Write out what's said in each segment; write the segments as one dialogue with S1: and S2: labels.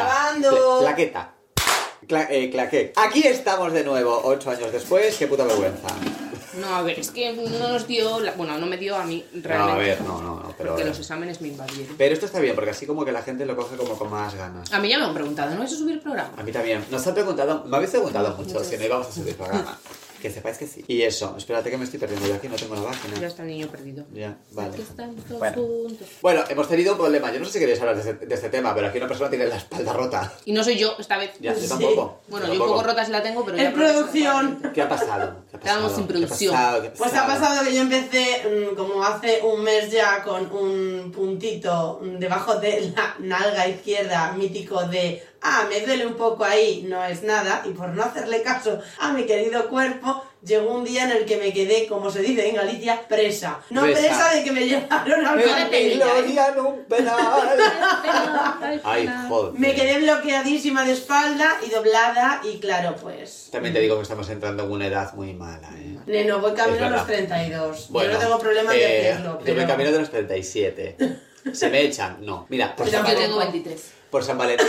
S1: Grabando.
S2: Claqueta. Cla eh, claqué. Aquí estamos de nuevo, ocho años después. Qué puta vergüenza.
S1: No, a ver, es que no nos dio. la- Bueno, no me dio a mí
S2: No,
S1: realmente.
S2: a ver, no, no, no. Pero,
S1: Porque los exámenes me invadieron.
S2: pero esto está bien, porque así como que la gente lo coge como con más ganas.
S1: A mí ya me han preguntado, ¿no vais a subir el programa?
S2: A mí también. Nos han preguntado, me habéis preguntado mucho
S1: Muchas.
S2: si no íbamos a subir programa. que sepáis que sí. Y eso, espérate que me estoy perdiendo yo aquí, no tengo la
S1: Ya
S2: página.
S1: está el niño perdido.
S2: Ya, vale.
S1: Aquí están todos
S2: Bueno.
S1: juntos.
S2: Bueno, hemos tenido un problema. Yo no sé si queréis hablar de este, de este tema, pero aquí una persona tiene la espalda rota.
S1: Y no soy yo esta vez.
S2: Ya, yo
S1: Sí.
S2: tampoco.
S1: Bueno,
S2: Yo
S1: yo un poco
S2: tampoco.
S1: rota si la tengo, pero
S3: En
S1: ya progreso
S3: producción.
S1: igualmente.
S2: ¿Qué ha pasado? ¿Qué ha pasado?
S1: Estábamos sin
S2: ¿Qué ha
S1: producción.
S2: pasado? ¿Qué ha
S3: Pues ha pasado que yo empecé mm, como hace un mes ya con un puntito mm, debajo de la nalga izquierda mítico de ah, me duele un poco ahí, no es nada, y por no hacerle caso a mi querido cuerpo, llegó un día en el que me quedé, como se dice en Galicia, presa. No
S2: Presa. ¿eh?
S3: presa, de que me llevaron al
S1: Me
S3: cuartel.
S1: quedé
S3: ¿eh?
S2: Gloria en un penal. Ay, joder.
S3: Me quedé bloqueadísima de espalda y doblada, y claro, pues.
S2: También te digo que estamos entrando en una edad muy mala, ¿eh?
S3: Neno, voy camino a
S2: Es
S3: los
S2: verdad.
S3: 32. yo no tengo problema en
S2: eh,
S3: decirlo.
S2: Yo me
S3: pero-
S2: camino de los 37. ¿Se me echan? No. Mira, por
S3: Pero
S2: San,
S1: Yo
S3: que
S2: Valen-
S1: tengo 23.
S2: por San Valentín.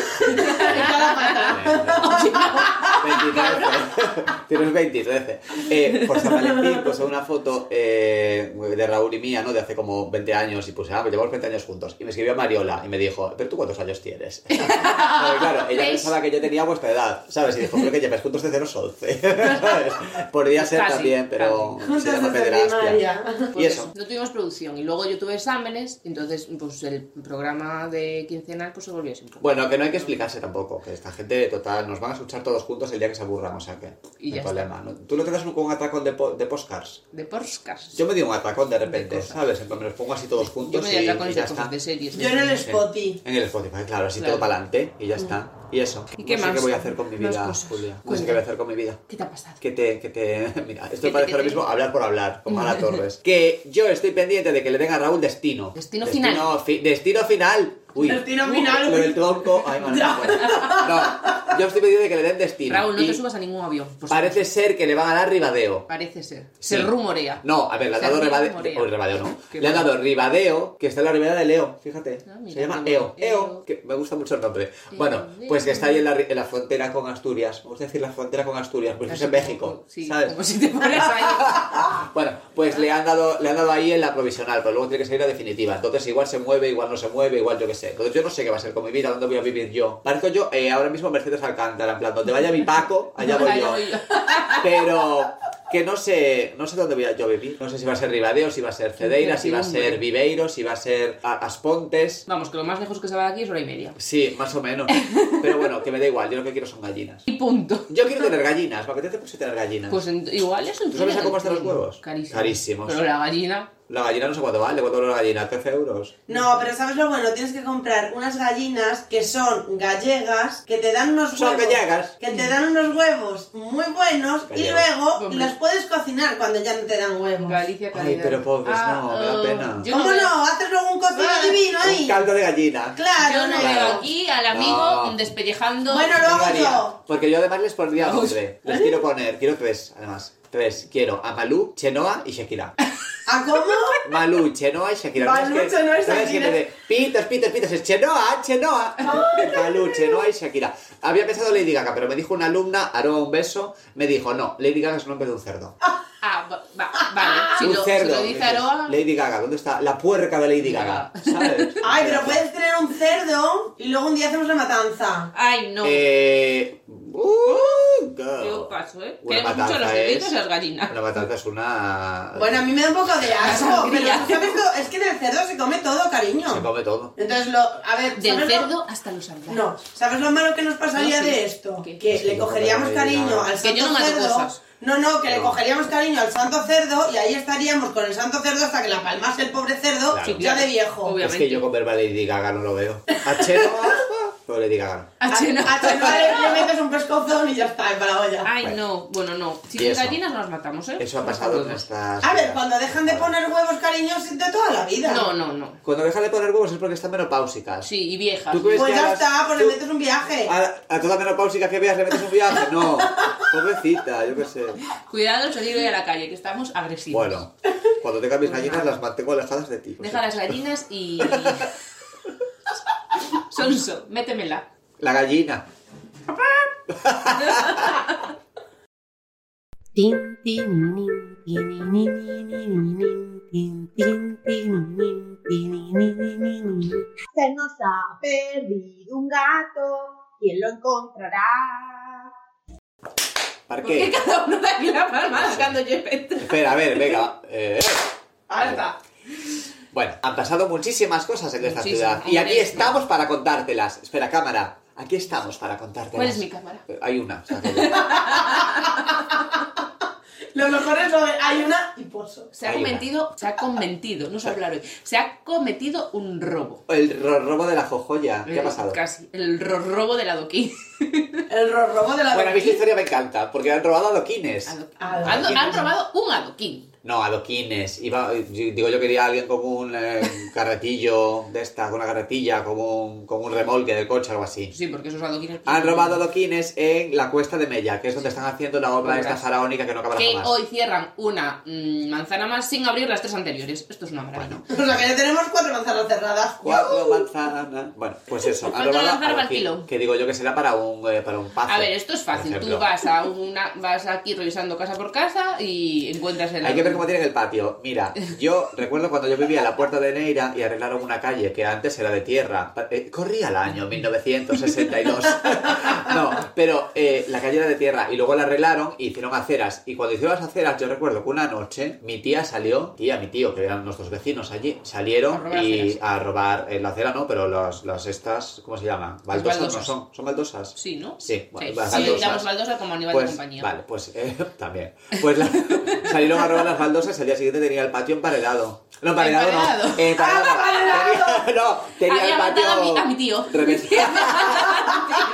S2: Tienes 23. Eh, por San Valentín puse una foto eh, de Raúl y mía, ¿no? De hace como 20 años y puse, ah, llevamos 20 años juntos. Y me escribió Mariola y me dijo, ¿pero tú cuántos años tienes? Porque claro, ella
S1: ¿Ves?
S2: pensaba que yo tenía vuestra edad, ¿sabes? Y dijo, creo que lleváis juntos desde los 11. ¿sabes? Podría ser
S1: Casi,
S2: también, pero se
S3: Juntos
S2: llama
S3: desde
S2: pederastia.
S3: primaria.
S2: Y
S1: Pues
S2: eso.
S1: No tuvimos producción y luego yo tuve exámenes, entonces pues el programa de quincenal pues se volvió sin programa.
S2: Bueno, que no hay que explicarse tampoco, que esta gente total nos van a escuchar todos juntos el día que se aburran, o sea que
S1: Y
S2: no
S1: ya
S2: hay problema. ¿no? Tú no te das un, un atracón de, po- de postcards.
S1: De podcast.
S2: Yo me di un atracón de repente,
S1: cosas.
S2: ¿sabes? En plan, me los pongo así todos juntos
S1: Yo me
S2: y,
S1: diría con
S2: y ya
S1: estas
S2: está.
S1: cosas de series.
S3: Yo en el
S2: Sí.
S3: Spotify.
S2: En el Spotify, claro, así
S1: Claro. Mm.
S2: todo para adelante y ya está. Y eso.
S1: ¿Y qué
S2: no sé
S1: más?
S2: qué voy a hacer con mi
S1: Más
S2: vida,
S1: cosas.
S2: Julia. No sé
S1: Cuéntame.
S2: qué voy a hacer con mi vida.
S1: ¿Qué te ha pasado?
S2: Que te, que te. Mira, esto
S1: te-
S2: parece
S1: que
S2: ahora
S1: te-
S2: mismo hablar por hablar, como Ana Torres. Que yo estoy pendiente de que le den a Raúl destino.
S1: Destino
S2: fi- destino final. Uy.
S3: Destino final,
S2: Lo
S3: uy.
S2: del tronco. Ay, madre
S3: Ya.
S2: bueno. No, yo estoy pendiente de que le den destino.
S1: Raúl, no
S2: Y
S1: te subas a ningún avión. por
S2: Parece
S1: favor.
S2: ser que le van a dar Ribadeo.
S1: Parece ser.
S2: Sí.
S1: Se rumorea.
S2: No, a ver, le han
S1: Se
S2: dado
S1: llama
S2: Ribadeo.
S1: Morea.
S2: Uy, Ribadeo no.
S1: Qué
S2: Le han
S1: mal.
S2: dado Ribadeo, que está en la ribera de Leo, fíjate.
S1: Ah, mira,
S2: Se llama
S1: qué
S2: Eo.
S1: bueno.
S2: Eo,
S1: Eo.
S2: que me gusta mucho el nombre.
S1: Eo,
S2: Bueno, pues que está
S1: Eo.
S2: ahí en la, ri- en la frontera con Asturias. Me gusta decir la frontera con Asturias, pues es en
S1: Casi
S2: México.
S1: como- Sí,
S2: ¿Sabes?
S1: como si te pones ahí.
S2: Bueno, pues le han dado, le han dado ahí en la provisional, pero luego tiene que salir la definitiva. Entonces igual se mueve, igual no se mueve, igual yo qué sé. Entonces yo no sé qué va a ser con mi vida, dónde voy a vivir yo. Parezco yo eh, ahora mismo Mercedes Alcántara, en plan, donde vaya mi Paco, allá voy
S1: Allá
S2: yo.
S1: voy yo.
S2: Pero que no sé, no sé dónde voy a yo vivir. No sé si va a ser Ribadeo, si va a ser Cedeira, si va a ser
S1: Incertidumbre.
S2: Viveiro, si va a ser A- Aspontes.
S1: Vamos, que lo más lejos que se va de aquí es hora y media.
S2: Sí, más o menos. Pero bueno, que me da igual, yo lo que quiero son gallinas.
S1: Y punto.
S2: Yo quiero tener gallinas, me apetece mucho tener gallinas.
S1: Pues en- igual es un
S2: ¿Tú sabes
S1: truño
S2: a cómo
S1: del
S2: están los
S1: truño.
S2: huevos?
S1: Carísimos.
S2: Carísimos.
S1: Pero la gallina.
S2: La gallina no sé cuánto vale, cuánto vale la gallina, 13 euros.
S3: No, pero ¿sabes lo bueno? Tienes que comprar unas gallinas que son gallegas, que te dan unos
S2: Son
S3: huevos.
S2: gallegas.
S3: Que te dan unos huevos muy buenos y
S2: Gallegas.
S3: luego
S1: Hombre.
S3: los puedes cocinar cuando ya no te dan huevos.
S1: Galicia
S2: Ay,
S1: calidad.
S2: pero pobres, no, me da
S1: oh,
S2: pena.
S1: yo
S3: ¿Cómo
S1: veo-
S3: no? Haces luego un cocido
S1: Vale.
S3: divino
S2: Un
S3: ahí.
S2: caldo de gallina.
S3: Claro,
S1: Yo no
S3: no.
S1: veo aquí al amigo
S2: No.
S1: despellejando.
S3: Bueno,
S2: Me
S3: lo hago
S2: engaña,
S3: yo.
S2: Porque yo además les pondría
S1: Vamos.
S2: nombre. Les quiero poner, quiero tres, además. Tres. Quiero a Malú, Chenoa y Shakira.
S3: ¿A cómo?
S2: Malú, Chenoa y Shakira. No
S3: Malú,
S2: es que-
S3: Chenoa y
S2: no es que
S3: Shakira.
S2: me de, pitas, pitas, pitas. Es Chenoa, Chenoa. Malú, Chenoa y Shakira. Había pensado Lady Gaga, pero me dijo una alumna, Aroa, un beso, me dijo, no, Lady Gaga es un nombre de un cerdo.
S1: Ah, va- va- vale.
S3: Ah.
S1: Si
S2: un
S1: lo, si
S2: cerdo.
S1: lo dice Aroa.
S2: Lady Gaga, ¿dónde está? La puerca de Lady Gaga, ¿sabes?
S3: Ay, pero puedes tener un cerdo y luego un día hacemos la matanza.
S1: Ay, no.
S2: Eh, uh, girl.
S1: Yo paso, ¿eh?
S2: Una
S1: Queremos mucho a los
S2: matanza
S1: cerditos
S2: es-
S1: y a las gallinas.
S2: Una matanza es una.
S3: Bueno, a mí me da un poco de asco, pero
S1: sangría.
S3: tú sabes todo- es que del cerdo se come todo,
S2: Se
S3: cariño.
S2: come todo.
S3: Entonces, lo, a ver,
S1: Del
S3: ¿sabes lo-
S1: cerdo hasta los aldares.
S3: No, ¿sabes lo malo que nos pasaría
S1: No, sí.
S3: de esto?
S1: ¿Qué?
S3: Que
S2: Es que
S3: le
S2: yo
S3: cogeríamos
S2: creo que
S3: cariño
S2: no.
S3: al
S1: Que yo
S3: santo
S1: no mato
S3: cerdo.
S1: cosas.
S3: No, no, que le
S2: No.
S3: cogeríamos cariño al santo cerdo y ahí estaríamos con el santo cerdo hasta que la palmase el pobre cerdo
S2: Claro.
S3: ya de viejo.
S1: Obvio. Obviamente.
S2: Es que yo comer a Lady Gaga no lo veo. A Chenoa, pero Lady Gaga no.
S3: A,
S1: Ah, che, no. Ah.
S3: a Chenoa le- le metes un pescozón y ya está, para la olla.
S1: Ay,
S2: Bueno.
S1: no. Bueno, no. Si
S2: Y
S1: las
S2: eso.
S1: gallinas no las matamos, ¿eh?
S2: Eso ha
S1: No
S2: pasado en
S1: todas.
S2: estas.
S3: A ver,
S2: vidas.
S3: cuando dejan de poner huevos cariños de toda la vida.
S1: No, no, no.
S2: Cuando dejan de poner huevos es porque están menopáusicas.
S1: Sí, y viejas.
S2: ¿Tú crees
S3: Pues
S2: que a
S3: ya
S2: las-
S3: está, pues le
S2: tú- Ah.
S3: metes un viaje.
S2: A, a toda menopáusica que veas le metes un viaje. No. Pobrecita, yo qué sé.
S1: Cuidado al salir hoy a la calle, que estamos agresivos.
S2: Bueno, cuando tenga mis gallinas las mantengo alejadas de ti.
S1: Deja las gallinas y... Sonso, métemela.
S2: La gallina.
S4: Tin, tininin, tininin, tin, tin, tininin, tininin.
S5: Se nos ha perdido un gato, ¿quién lo encontrará?
S1: Porque
S2: Parque.
S1: cada uno de aquí la palma sacando Gepetto.
S2: Espera, a ver, venga. Eh,
S3: ¡Alta!
S2: Bueno, han pasado muchísimas cosas en esta ciudad.
S1: Muchísimas.
S2: Y aquí
S1: Hombre,
S2: estamos para contártelas. Espera, cámara. Aquí estamos para contártelas.
S1: ¿Cuál es mi cámara?
S2: Eh, Hay una. o sea, que-
S3: Lo mejor es lo de hay una y pozo.
S1: Se ha
S2: Hay una.
S1: cometido, se ha cometido, no sé hablar hoy, se ha cometido un robo.
S2: El ro- robo de la jojoya. ¿Qué
S1: Eh,
S2: ha pasado?
S1: Casi, el ro- robo del adoquín.
S3: El ro- robo de la
S2: Bueno, a mí esta historia me encanta, porque han robado adoquines.
S1: Adoquín.
S3: Adoquín.
S1: Han, han robado un adoquín.
S2: No, adoquines. Iba, digo, yo quería a alguien con un eh, carretillo de esta, con una carretilla, como un, como un remolque del coche, algo así.
S1: Sí, porque esos adoquines...
S2: Han robado adoquines en la cuesta de Mella, que es donde están haciendo la obra esta faraónica que no acabará
S1: Que
S2: jamás.
S1: hoy cierran una mm, manzana más sin abrir las tres anteriores. Esto es una maravilla.
S3: O sea que ya tenemos cuatro manzanas cerradas.
S2: Cuatro manzanas. Bueno, pues eso.
S1: Cuatro
S2: Han robado
S1: manzanas para el
S2: adoquín,
S1: kilo.
S2: Que digo yo que será para un, eh, para un pazo.
S1: A ver, esto es
S2: por
S1: fácil. Tú
S2: ejemplo.
S1: vas a una, vas aquí revisando casa por casa y encuentras el.
S2: Hay que ver cómo tienen el patio. Mira, yo recuerdo cuando yo vivía en la puerta de Neira y arreglaron una calle que antes era de tierra. Pa- eh, Corría el año 1962. No, pero eh, la calle era de tierra y luego la arreglaron y hicieron aceras. Y cuando hicieron las aceras, yo recuerdo que una noche mi tía salió, tía, mi tío, que eran nuestros vecinos allí, salieron
S1: A robar
S2: y
S1: aceras.
S2: a robar eh, la acera, no, pero las, las estas, ¿cómo se llaman? Baldosas no
S1: baldosas.
S2: son, son baldosas.
S1: Sí, ¿no?
S2: Sí,
S1: Sí,
S2: bueno,
S1: sí,
S2: baldosas.
S1: damos baldosa como animal
S2: Pues,
S1: de compañía.
S2: Vale, pues eh, también. Pues la- salieron a robar las baldosas y al día siguiente tenía el patio emparedado. No, emparedado,
S1: Emparedado. Ah,
S2: no. Eh, emparedado. Tenía- no, tenía
S1: Había
S2: el patio.
S1: matado a mi, a mi tío.
S2: Reventado.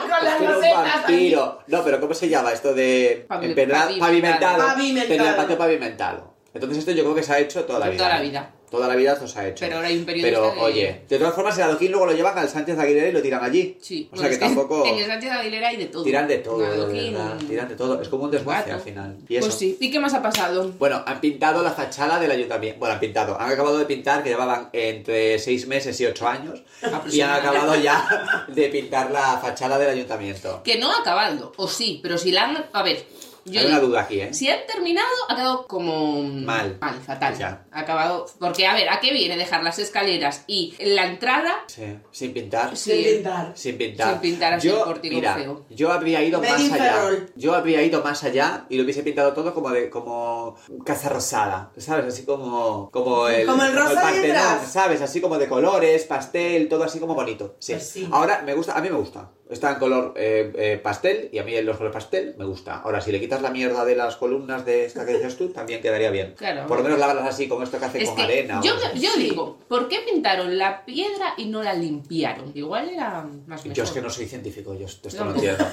S3: Con
S2: Era
S3: las
S2: un
S3: rosetas
S2: vampiro. No, pero ¿cómo se llama esto de
S1: Pavi-
S2: empedrado-
S1: pavimentado.
S2: pavimentado?
S3: Pavimentado.
S2: Tenía el patio pavimentado. Entonces esto yo creo que se ha hecho toda la vida.
S1: Toda la vida.
S2: Toda la vida esto se ha hecho.
S1: Pero ahora hay un periodista.
S2: Pero
S1: de-
S2: oye, de todas formas el adoquín luego lo llevan al Sánchez de Aguilera y lo tiran allí.
S1: Sí,
S2: o sea
S1: bueno,
S2: que
S1: es
S2: tampoco...
S1: En el Sánchez de Aguilera hay de todo.
S2: Tiran de todo,
S1: Un
S2: de
S1: adoquín,
S2: verdad.
S1: un-
S2: Tiran de todo. Es como un desguace
S1: Gato.
S2: al final. Y eso.
S1: Pues sí. ¿Y qué más ha pasado?
S2: Bueno, han pintado la fachada del ayuntamiento. Bueno, han pintado. Han acabado de pintar, que llevaban entre 6 meses y 8 años. Y han acabado ya de pintar la fachada del ayuntamiento.
S1: Que no ha acabado, o sí, pero si la han. A ver, yo.
S2: Hay una duda aquí, ¿eh?
S1: Si han terminado, ha quedado como.
S2: Mal.
S1: Mal, fatal.
S2: Ya.
S1: Ha acabado. Porque, a ver, ¿a qué viene dejar las escaleras y la entrada?
S2: Sí. Sin pintar.
S1: Sí.
S3: Sin pintar.
S2: Sin pintar.
S1: Sin pintar así el pórtico
S2: mira,
S1: feo.
S2: Yo habría ido
S3: Made
S2: más
S3: in
S2: allá.
S3: Ferrol.
S2: Yo habría ido más allá y lo hubiese pintado todo como de como casa rosada, ¿sabes? Así como como el
S3: Como el rosa de
S2: Partenón,
S3: atrás.
S2: ¿sabes? Así como de colores, pastel, todo así como bonito. Sí.
S3: Pues sí.
S2: Ahora me gusta, a mí me gusta. Está en color eh, eh, pastel y a mí los colores pastel me gusta. Ahora si le quitas la mierda de las columnas de esta que dices tú también quedaría bien.
S1: Claro.
S2: Por lo menos lávalas así como esto que hace
S1: Es
S2: con
S1: que
S2: arena. o
S1: yo,
S2: algo así.
S1: yo digo, ¿por qué pintaron la piedra y no la limpiaron? Igual era más mejor.
S2: Yo es que no soy científico, yo esto
S1: No.
S2: no entiendo.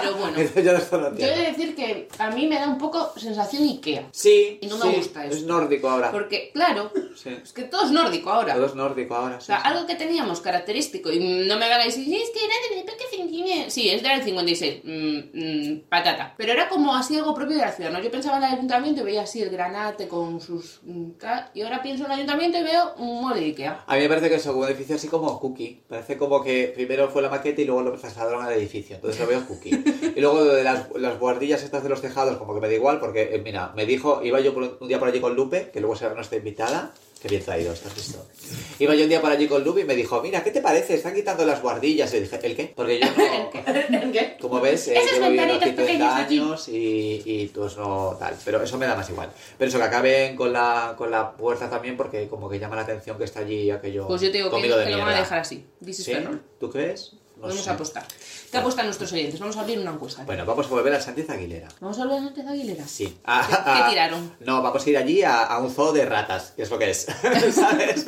S1: Pero bueno,
S2: yo esto no
S1: yo he
S2: entiendo.
S1: de decir que a mí me da un poco sensación Ikea.
S2: Sí,
S1: Y no me
S2: sí,
S1: gusta eso.
S2: Es nórdico ahora.
S1: Porque, claro,
S2: Sí.
S1: es que todo es nórdico ahora.
S2: Ah. Todo es nórdico ahora.
S1: O
S2: sí,
S1: sea,
S2: sí.
S1: algo que teníamos característico, y no me hagáis decir, es que era del Peque Fingine". Sí, es del 56, mm, mm, patata. Pero era como así algo propio de la ciudad, ¿no? Yo pensaba en el ayuntamiento y veía así el granate con sus... mm, ca- Y ahora pienso en el ayuntamiento y "Ah, veo un mole de Ikea.
S2: A mí me parece que es un edificio así como cookie. Parece como que primero fue la maqueta y luego lo trasladaron al edificio. Entonces lo veo cookie. y luego lo de las, las guardillas estas de los tejados, como que me da igual, porque, eh, mira, me dijo, iba yo por un, un día por allí con Lupe, que luego será nuestra invitada. Qué bien traído, estás listo. Iba yo un día por allí con Lupe y me dijo, mira, ¿qué te parece? Están quitando las guardillas. Y dije, ¿el qué? Porque yo no...
S3: ¿En qué?
S2: Como ves, eh,
S1: Esas
S2: llevo viviendo
S1: ventanitas
S2: aquí 30
S1: pequeñas de aquí.
S2: años y, y pues no tal. Pero eso me da más igual. Pero eso que acaben con la, con la puerta también porque como que llama la atención que está allí aquello
S1: Pues yo te digo que,
S2: comido de
S1: que lo van
S2: mierda.
S1: a dejar así. This is
S2: ¿Sí?
S1: Ferrol.
S2: ¿Tú crees? No
S1: Vamos
S2: sé.
S1: a apostar. ¿Qué apuestan nuestros oyentes? Vamos a abrir una encuesta. ¿eh?
S2: Bueno, vamos a volver al Sánchez Aguilera.
S1: Vamos a hablar antes de Aguilera.
S2: Sí. Ah,
S1: ¿Qué- qué tiraron?
S2: No, vamos a ir allí a, a un zoo de ratas, que es lo que es. ¿Sabes?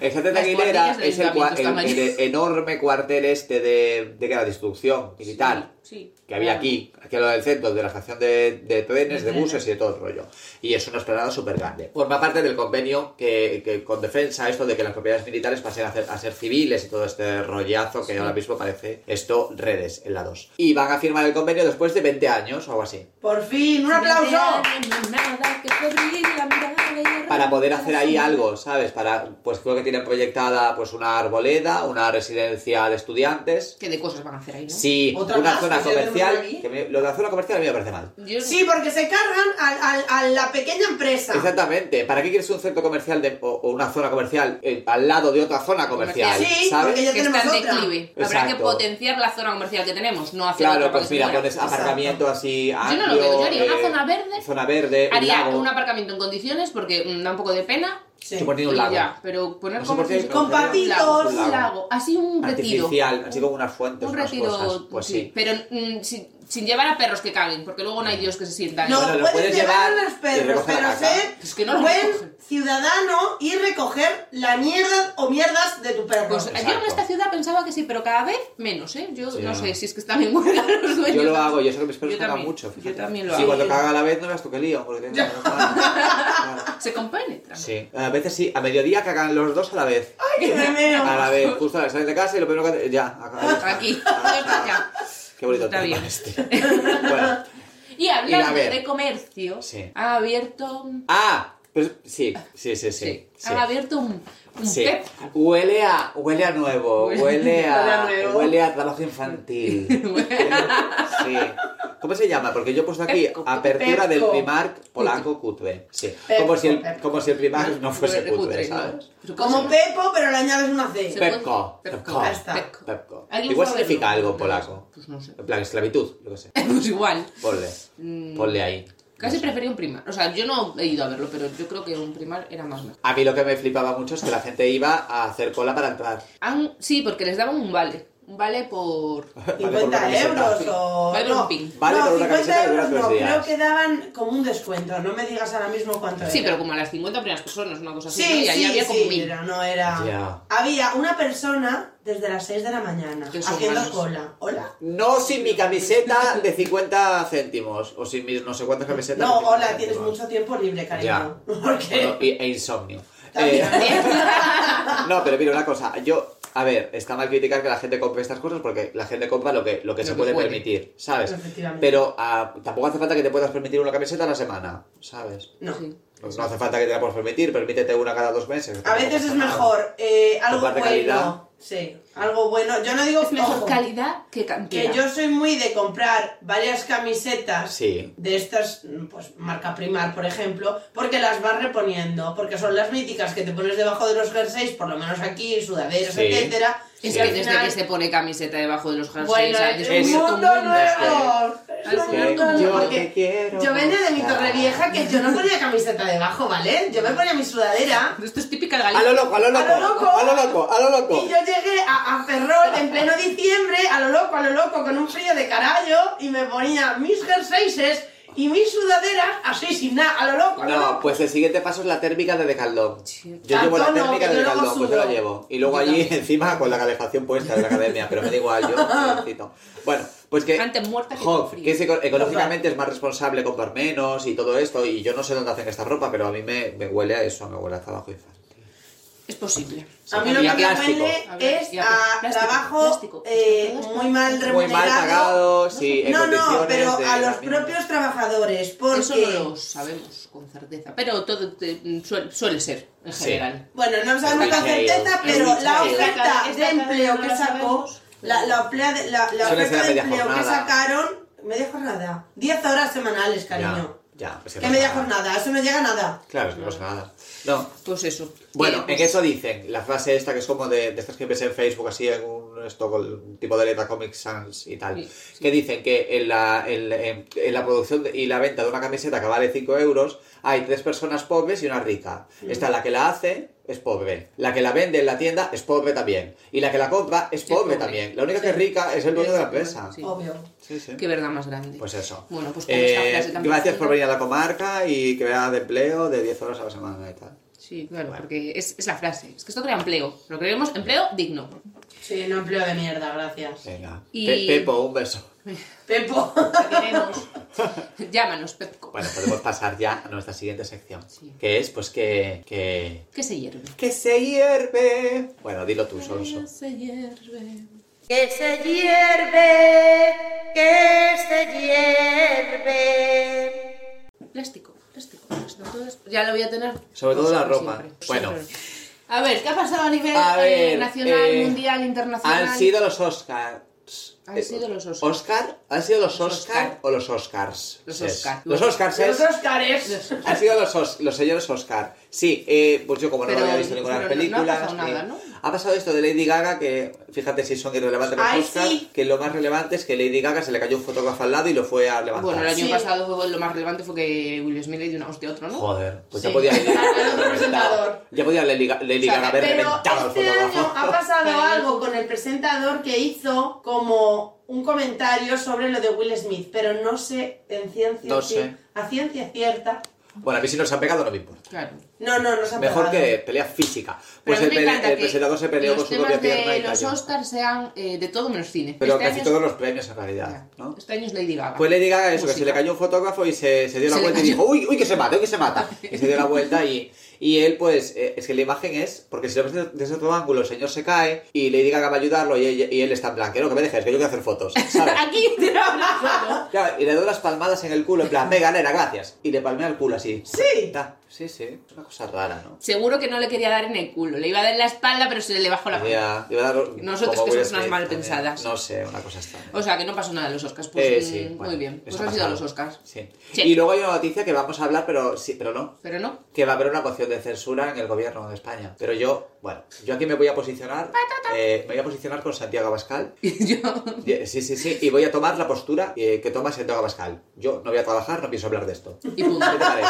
S2: el Sánchez de
S1: Las
S2: Aguilera
S1: guardillas del
S2: es el, cua- el-
S1: ayuntamiento están allí.
S2: el enorme cuartel este de, de la destrucción militar.
S1: Sí.
S2: que había aquí, aquí a lo del centro, de la estación de, de trenes, de
S1: De trenes.
S2: buses y de todo el rollo. Y es una esplanada súper grande. Forma parte del convenio que, que con defensa, esto de que las propiedades militares pasen a ser, a ser civiles y todo este rollazo que
S1: Sí.
S2: ahora mismo parece esto redes en la 2. Y van a firmar el convenio después de 20 años o algo así.
S3: Por fin, un aplauso.
S1: Nada que cubrir la mirada y el
S2: para poder hacer ahí algo, ¿sabes? Para, pues creo que tienen proyectada pues una arboleda, una residencia de estudiantes.
S1: ¿Qué de cosas van a hacer ahí, no?
S2: Sí,
S3: Otra
S2: una
S3: más,
S2: zona
S3: que ya tenemos
S2: comercial.
S3: aquí.
S2: que me- lo de la zona comercial a mí me parece mal.
S1: Yo-
S3: Sí, porque se cargan al- al- a la pequeña empresa.
S2: Exactamente. ¿Para qué quieres un centro comercial de- o, o una zona comercial eh, al lado de otra zona comercial?
S1: Comercial.
S3: Sí,
S2: ¿Sabes?
S3: porque ya
S1: que está
S3: tenemos
S1: en
S3: otra.
S1: declive. Habrá que
S2: Exacto.
S1: potenciar la zona comercial que tenemos, no hacer
S2: Claro,
S1: otra
S2: pues
S1: porque se
S2: mira,
S1: muera.
S2: pones aparcamiento así
S1: Yo
S2: amplio.
S1: no lo veo, yo haría una
S2: eh,
S1: zona verde,
S2: Zona verde, un
S1: haría
S2: lago.
S1: un aparcamiento en condiciones porque mm, da un poco de pena
S3: Sí.
S2: Suponía un
S1: y
S2: lago.
S1: ya, pero poner
S2: No sé
S1: como
S2: por qué,
S1: un
S2: pero
S3: Con
S2: sería
S1: un lago,
S3: patitos.
S1: un lago, así un retiro.
S2: Artificial, así como unas fuentes,
S1: Un
S2: unas cosas.
S1: retiro,
S2: Pues
S1: sí,
S2: sí.
S1: Pero mm, sin, sin llevar a perros que caguen, porque luego no
S2: Mm.
S1: hay Dios que se sientan.
S3: No,
S2: Bueno, lo
S3: puedes
S2: puedes
S3: llevar
S2: llevar
S3: a los
S2: y
S3: perros,
S2: recoger
S3: pero
S2: la caca.
S3: ser
S1: Es que no lo recogen.
S3: buen ciudadano y recoger la mierda o mierdas de tu perro.
S1: Pues yo en
S2: Exacto.
S1: esta ciudad pensaba que sí, pero cada vez menos, ¿eh? Yo
S2: Sí,
S1: no
S2: no.
S1: sé si es que están en huelga los dueños.
S2: Yo lo hago, yo sé que mis perros
S1: Yo
S2: cagan
S1: también,
S2: mucho.
S1: yo
S2: fíjate.
S1: también lo
S2: Sí,
S1: hago.
S2: cuando caga a la vez no las toque lío, porque tienen que Claro.
S1: Se compenetran.
S2: Sí. A veces sí, a mediodía cagan los dos a la vez.
S3: Ay, que me meo.
S2: A la vez, justo a la sales de casa y lo primero que. Ya, acá.
S1: Ah, Aquí,
S2: Ah,
S1: está allá.
S2: Qué bonito
S1: Está
S2: tema
S1: bien.
S2: este. Bueno.
S1: Y
S2: Y a
S1: hablando
S2: ver.
S1: de comercio,
S2: Sí.
S1: ha abierto.
S2: Ah, pero sí, sí, sí, sí.
S1: Sí,
S2: sí.
S1: Han abierto un, un
S2: Sí.
S1: Pep.
S2: Huele a, huele a nuevo,
S1: Huele-
S2: huele a,
S3: huele a nuevo.
S2: huele a trabajo infantil. sí. ¿Cómo se llama? Porque yo he puesto aquí
S1: Pepco.
S2: apertura
S3: Pepco.
S2: del Primark polaco cutre. Sí.
S3: Pepco,
S2: como, si el,
S3: Pepco.
S2: como si el Primark no fuese
S1: Cutre,
S2: cutre,
S1: ¿no?
S2: ¿sabes?
S1: Pero ¿cómo
S3: Como
S1: se
S3: Pepo, pero le añades una C.
S1: puede-
S2: Pepco.
S1: Pepco.
S2: Pepco.
S3: Ahí está.
S1: Pepco.
S2: Pepco.
S1: ¿Alguien
S2: Igual
S1: sabe
S2: significa
S1: algo?
S2: algo en polaco.
S1: Pues no sé.
S2: En plan, esclavitud, yo qué sé.
S1: Pues igual.
S2: Ponle.
S1: Mm,
S2: Ponle ahí.
S1: Casi
S2: No sé.
S1: prefería un primar. O sea, yo no he ido a verlo, pero yo creo que un primar era más mejor.
S2: A mí lo que me flipaba mucho es que la gente iba a hacer cola para entrar.
S1: Han- sí, porque les daban un vale. Un vale por.
S2: Vale, por una
S3: 50
S2: camiseta.
S3: euros o.
S1: Vale,
S3: no.
S1: un pin.
S2: Vale,
S3: no,
S2: por una
S3: 50
S2: camiseta que dura
S3: euros
S2: tres
S3: no,
S2: días.
S3: creo que daban como un descuento. No me digas ahora mismo cuánto
S1: Sí,
S3: era.
S1: pero como a las 50 primeras personas, una cosa así. ¿no?
S3: Sí,
S1: y ahí
S3: sí,
S1: había como
S3: sí,
S1: mil.
S3: pero no era.
S2: Ya.
S3: Había una persona desde las 6 de la mañana
S1: Que son
S3: haciendo
S1: malos.
S3: cola. ¿Hola?
S2: No sin mi camiseta de 50 céntimos. O sin mis no sé cuántas camisetas.
S3: No,
S2: de 50
S3: hola, tienes
S2: céntimos.
S3: mucho tiempo libre, cariño.
S2: Ya.
S3: Porque.
S2: Bueno, y- e insomnio.
S3: También.
S2: Eh, no, pero mira una cosa. Yo, a ver, está mal criticar que la gente compre estas cosas porque la gente compra lo que, lo que
S1: Lo
S2: se
S1: que
S2: puede,
S1: puede.
S2: permitir, ¿sabes?
S3: Efectivamente.
S2: Pero ah, tampoco hace falta que te puedas permitir una camiseta a la semana, ¿sabes?
S3: No.
S1: Sí.
S2: Pues no hace falta que te la puedas permitir, permítete una cada dos meses.
S3: A veces es mejor eh, algo
S2: Comparte
S3: bueno.
S2: calidad.
S3: Sí, algo bueno. Yo no digo
S1: Es mejor
S3: ojo,
S1: calidad que cantidad.
S3: que yo soy muy de comprar varias camisetas
S2: Sí.
S3: de estas, mm, pues marca Primar, por ejemplo, porque las vas reponiendo, porque son las míticas que te pones debajo de los jerseys, por lo menos aquí, sudaderas,
S2: Sí.
S3: etcétera.
S1: Es
S2: Sí.
S3: y al
S1: que desde
S3: final-
S1: que se pone camiseta debajo de los jerseys,
S3: bueno,
S1: ha
S3: es,
S1: descubierto
S3: un
S1: un
S3: mundo
S1: mundo, este. es que-
S3: nuevo.
S1: Al
S3: Es un
S1: final,
S3: mundo nuevo.
S2: yo
S3: porque
S2: te quiero.
S3: Yo venía de mi
S2: mostrar.
S3: torre vieja que yo no ponía camiseta debajo, ¿vale? Yo me ponía mi sudadera.
S1: Esto es típica
S2: A
S1: gallega.
S2: lo loco, a lo loco,
S3: A lo loco.
S2: a lo loco, a lo loco.
S3: Y yo llegué a, a Ferrol en pleno diciembre, a lo loco, a lo loco, con un frío de carallo, y me ponía mis jerseys y mis sudaderas así sin nada, a lo loco, a lo
S2: No,
S3: loco.
S2: pues el siguiente paso es la térmica de Decathlon.
S1: Sí.
S2: Yo llevo la
S3: Tanto no,
S2: térmica
S3: que
S2: de
S3: yo luego
S2: Decathlon, pues yo la
S3: sudo.
S2: llevo. Y luego
S1: Yo
S2: allí
S1: también.
S2: encima con la calefacción puesta de la academia, pero me da igual, yo felicito. Bueno, pues que...
S1: Antes muerta eh, que con
S2: Jo,
S1: frío.
S2: que es eco- económicamente es más responsable comprar menos y todo esto, y yo no sé dónde hacen esta ropa, pero a mí me, me huele a eso, me huele a trabajo infantil.
S1: Es posible.
S3: A mí lo
S2: Y
S3: que
S2: a
S3: me
S2: plástico.
S3: huele
S1: A ver,
S3: es
S1: y a
S3: a
S1: plástico,
S3: trabajo
S1: plástico,
S3: eh,
S1: plástico,
S3: muy mal
S1: plástico.
S3: remunerado.
S2: Muy mal pagado, sí, en
S3: No,
S2: condiciones
S3: no, pero
S2: de
S3: a
S2: la
S3: los
S2: mínima.
S3: propios trabajadores, porque...
S1: Eso no lo sabemos con certeza, pero todo te- mm, suel- suele ser en
S2: Sí.
S1: general.
S3: Bueno, no sabemos
S2: Está
S3: con certeza,
S2: caído,
S3: pero
S2: está
S3: la
S2: caído.
S3: oferta
S1: Esta
S3: de
S1: cadena
S3: empleo
S1: no
S3: que
S1: la
S3: sacó,
S1: sabemos, pero-
S3: la, la, oplea- la, la
S2: Suele
S3: oferta
S2: ser
S3: de
S2: media
S3: empleo que
S2: jornada.
S3: sacaron, media jornada, 10 horas semanales, cariño.
S2: Ya, ya. pues que
S3: ¿Qué
S2: no
S3: media
S2: pasa nada.
S3: jornada? Eso no llega a nada.
S2: Claro, es que no pasa nada. No,
S1: Pues eso.
S2: Bueno,
S1: Eh,
S2: en eso dicen, la frase esta que es como de, de estas que ves en Facebook, así en un, esto, con un tipo de letra Comic Sans y tal,
S1: Sí,
S2: que dicen que en la, en, en- en la producción de- y la venta de una camiseta que vale 5 euros hay tres personas pobres y una rica. Está la que la hace es pobre, la que la vende en la tienda es pobre también, y la que la compra es pobre,
S1: pobre.
S2: también. La única
S1: Sí.
S2: que es rica es el dueño de la
S1: Sí.
S2: empresa.
S1: Sí.
S3: Obvio.
S2: Sí, sí.
S1: Qué verdad más grande.
S2: Pues eso.
S1: Bueno, pues con esta
S2: Eh,
S1: frase tan
S2: gracias por
S1: positiva-
S2: venir a la comarca y crear de empleo de 10 horas a la semana y tal.
S1: Sí, claro, porque es, es la frase. Es que esto crea empleo. Lo creemos empleo digno.
S3: Sí, no empleo de mierda, gracias.
S2: Venga.
S1: Y-
S2: Pe- Pepo, un beso.
S3: Pepo.
S1: Te queremos. Llámanos, Pepco.
S2: Bueno, podemos pasar ya a nuestra siguiente sección.
S1: Sí.
S2: Que es, pues, que. que.
S1: ¿Qué se hierve?
S2: que se hierve. Bueno, dilo tú, Sonso.
S1: ¿Qué se hierve?
S4: Que se hierve, que se hierve.
S1: Plástico, plástico, plástico. Todo es- ya lo voy a tener.
S2: Sobre todo
S1: pues,
S2: la
S1: por
S2: ropa.
S1: siempre.
S2: Bueno.
S1: A ver, ¿qué ha pasado a nivel
S2: A
S1: eh,
S2: ver,
S1: nacional,
S2: eh,
S1: mundial, internacional?
S2: Han sido los Oscars. Eh,
S1: Han sido los Oscars.
S2: Oscar, ¿Han sido los
S1: Los
S2: Oscar,
S1: Oscar.
S2: o los Oscars?
S1: Los
S2: Sí.
S1: Oscar.
S2: Los Oscars es-
S3: Los Oscars.
S2: Han sido los, os- los señores Oscar. Sí, eh, pues yo como no
S1: Pero-
S2: lo había visto en ninguna de las
S1: pero no- no
S2: películas.
S1: ha pasado
S2: eh,
S1: nada, ¿no?
S2: ha pasado esto de Lady Gaga, que fíjate si son irrelevantes los
S3: Ay,
S2: Oscar,
S3: sí.
S2: que lo más relevante es que Lady Gaga se le cayó un fotógrafo al lado y lo fue a levantar.
S1: Bueno, el año
S3: Sí.
S1: pasado fue- lo más relevante fue que Will Smith le dio una hostia a otro, ¿no?
S2: Joder, pues
S1: Sí.
S2: ya podía Lady Gaga
S3: Al otro
S2: haber reventado.
S3: presentador.
S2: Ya podía Lady, Ga- Lady
S1: O sea,
S2: Gaga haber
S3: Pero
S2: reventado al
S3: este
S2: fotógrafo.
S3: año ha pasado algo con el presentador que hizo como un comentario sobre lo de Will Smith, pero no sé en ciencia
S2: No
S3: cier-
S2: sé.
S3: a ciencia cierta.
S2: Bueno, a mí si nos han pegado no me importa.
S1: Claro.
S3: No, no, no se ha
S2: Mejor
S3: pegado.
S2: que pelea física.
S1: Pero
S2: Pues
S1: a mí
S2: el,
S1: me
S2: pele-
S1: encanta
S2: el
S1: que
S2: presentador se peleó con su propia pierna y
S1: Los temas de
S2: cayó.
S1: los Oscars sean eh, de todo menos cine.
S2: Pero
S1: Este
S2: casi
S1: año es-
S2: todos los premios en realidad,
S1: Ya.
S2: ¿no?
S1: Este año es Lady Gaga.
S2: Pues Lady Gaga, eso, que
S1: Música.
S2: se le cayó un fotógrafo y se, se dio la
S1: Se le
S2: vuelta y
S1: cayó.
S2: dijo, uy, uy, que se mata, uy, que se mata. Y se dio la vuelta y, y él, pues, eh, es que la imagen es, porque si lo ves de- desde otro ángulo, el señor se cae y Lady Gaga va a ayudarlo y, ella- y él está en plan, que no, que me dejes, que yo quiero hacer fotos, ¿sabes?
S1: Aquí tiraba una foto.
S2: Claro, y le doy las palmadas en el culo, en plan, venga, nena, gracias. Y le palmea el culo así.
S3: Sí.
S2: Ta. Sí, sí, es una cosa rara, ¿no?
S1: Seguro que no le quería dar en el culo. Le iba a dar en la espalda, pero se le bajó la mano.
S2: Ya, iba a dar un-
S1: Nosotros
S2: como
S1: que
S2: Will
S1: somos unas
S2: Smith
S1: malpensadas.
S2: también. No sé, una cosa extraña.
S1: O sea, que no pasó nada de los Oscars. Pues
S2: Eh,
S1: mm,
S2: sí,
S1: muy
S2: bueno,
S1: bien. Pues
S2: eso
S1: han
S2: ha
S1: sido
S2: pasado.
S1: los Oscars.
S2: Sí.
S1: Sí.
S2: Y luego hay una noticia que vamos a hablar, pero sí, pero no.
S1: Pero no.
S2: que va a haber una moción de censura en el gobierno de España. Pero yo, bueno, yo aquí me voy a posicionar, eh, me voy a posicionar con Santiago Abascal.
S1: Yo...
S2: Y- Sí, sí, sí, y voy a tomar la postura eh, que toma Santiago Abascal. Yo no voy a trabajar, no pienso hablar de esto. ¿Qué
S1: Y punto.
S2: te parece?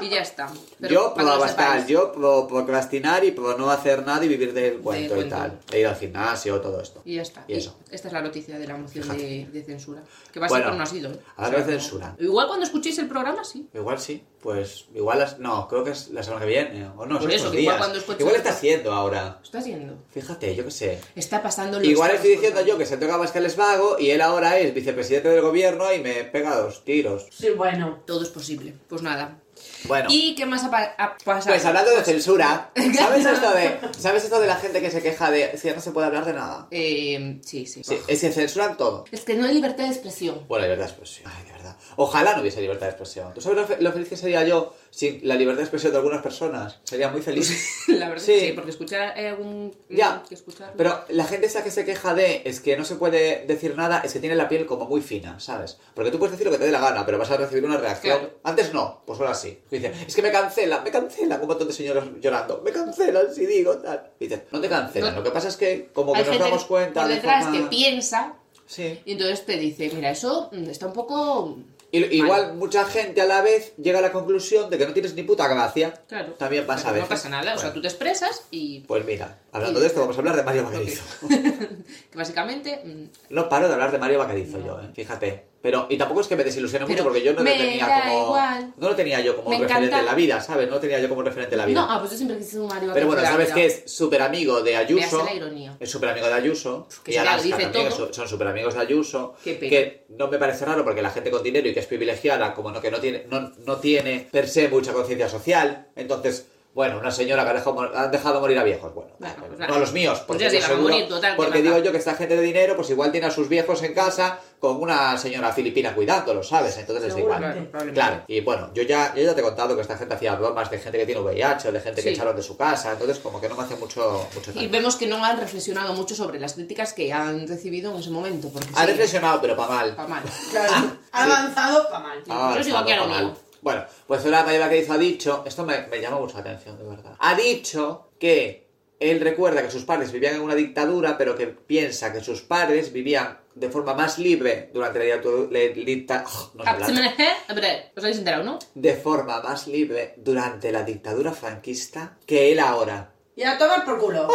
S1: Y ya está. Pero
S2: yo
S1: para
S2: pro
S1: que lo
S2: Abascal,
S1: sepáis.
S2: yo pro procrastinar y pro no hacer nada y vivir del cuento y
S1: cuento.
S2: tal. E ir al gimnasio, todo esto.
S1: Y ya está.
S2: Y eso.
S1: Esta es la noticia de la moción
S2: Fíjate.
S1: de, de censura. Que va a
S2: Bueno,
S1: ser por no ha sido. ¿eh?
S2: habrá
S1: O sea,
S2: que
S1: no-
S2: censura.
S1: Igual cuando escuchéis el programa, sí.
S2: Igual sí, pues igual, las- no, creo que es la semana que viene, o no,
S1: Por
S2: son
S1: eso,
S2: estos
S1: que igual
S2: días.
S1: cuando escuches-
S2: igual está haciendo ahora.
S1: Está haciendo.
S2: Fíjate, yo qué sé.
S1: Está pasando los
S2: Igual estoy
S1: Oscars
S2: diciendo
S1: por-
S2: yo que se toca Abascal es vago y él ahora es vicepresidente del gobierno y me pega dos tiros.
S3: Sí, bueno.
S1: Todo es posible. Pues nada.
S2: Bueno,
S1: ¿Y qué más ha, pa- ha pasado?
S2: pues hablando de
S1: Pues,
S2: censura, ¿sabes esto de, ¿sabes esto de la gente que se queja de si no se puede hablar de nada?
S1: eh, sí, sí.
S2: Sí, es que censuran todo.
S1: Es que no hay libertad de expresión.
S2: Bueno, libertad de expresión. Ay, de verdad. Ojalá no hubiese libertad de expresión. ¿Tú sabes lo, fe- lo feliz que sería yo sin la libertad de expresión de algunas personas? Sería muy feliz.
S1: La verdad
S2: Sí.
S1: que sí, porque escuchar eh, algún...
S2: Ya.
S1: Que escuchar...
S2: Pero la gente esa que se queja de es que no se puede decir nada, es que tiene la piel como muy fina, ¿sabes? Porque tú puedes decir lo que te dé la gana, pero vas a recibir una reacción.
S1: Claro.
S2: Antes no, pues ahora sí. Y dices, es que me cancela, me cancela, un montón de señores llorando, me cancelan si digo tal. Y dices, no te cancelan,
S1: No.
S2: lo que pasa es que como que
S1: Hay
S2: nos
S1: gente
S2: damos cuenta
S1: por
S2: de
S1: detrás
S2: forma-
S1: que piensa
S2: Sí.
S1: y entonces te dice, mira, eso mm, está un poco...
S2: Y- igual mucha gente a la vez llega a la conclusión de que no tienes ni puta gracia.
S1: Claro.
S2: También pasa
S1: Pero
S2: a veces.
S1: No pasa nada, o sea,
S2: Bueno.
S1: tú te expresas y
S2: Pues mira, hablando de esto, vamos a hablar de Mario Vaquerizo.
S1: que básicamente... mm,
S2: No paro de hablar de Mario Bacarizo yo, ¿eh? fíjate. Pero, y tampoco es que me desilusione mucho
S1: Pero
S2: porque yo no lo
S1: me
S2: tenía
S1: da
S2: como.
S1: igual.
S2: No lo tenía yo como
S1: Me
S2: referente
S1: encanta.
S2: en la vida, ¿sabes? No lo tenía yo como referente en la vida.
S1: No, ah, pues yo siempre quise un Mario
S2: Pero bueno,
S1: Bacardí,
S2: ¿sabes
S1: la
S2: qué?
S1: verdad.
S2: Es súper amigo de
S1: Me
S2: Ayuso.
S1: hace la ironía.
S2: Es súper amigo de Ayuso.
S1: Que
S2: y
S1: se la
S2: Alaska
S1: dice
S2: también,
S1: todo.
S2: que son súper amigos de Ayuso.
S1: Qué pena.
S2: Que no me parece raro porque la gente con dinero y que es privilegiada, como no, que no tiene, no, no tiene per se mucha conciencia social. Entonces, bueno, una señora que ha dejado, mor- han dejado morir a viejos. Bueno,
S1: Bueno,
S2: bueno,
S1: claro.
S2: no a los míos.
S1: Pues
S2: Porque,
S1: ya se
S2: yo
S1: van a
S2: seguro-
S1: morir, total,
S2: porque
S1: que
S2: digo
S1: mata.
S2: yo que esta gente de dinero, pues igual tiene a sus viejos en casa con una señora filipina cuidándolos, ¿sabes? Entonces es igual.
S3: Seguramente.
S1: probablemente.
S2: Claro, y bueno, yo ya, yo ya te he contado que esta gente hacía bromas de gente que tiene VIH o de gente que
S1: Sí.
S2: echaron de su casa, entonces como que no me hace mucho, mucho
S1: Y
S2: daño.
S1: vemos que no han reflexionado mucho sobre las críticas que han recibido en ese momento. Porque
S2: Ha
S1: sí,
S2: reflexionado, pero para mal.
S1: está mal.
S3: Claro. Ha Ah. avanzado para mal.
S1: Ah. yo sigo aquí a lo
S2: pa'
S1: mío.
S2: Bueno, pues ahora María que ha dicho, esto me, me llama mucho la atención, de verdad. Ha dicho que él recuerda que sus padres vivían en una dictadura, pero que piensa que sus padres vivían de forma más libre durante la dictadura.
S1: Ah, Hombre, ¿Os habéis enterado, no?
S2: de forma más libre durante la dictadura franquista que él ahora.
S3: Y a tomar por culo.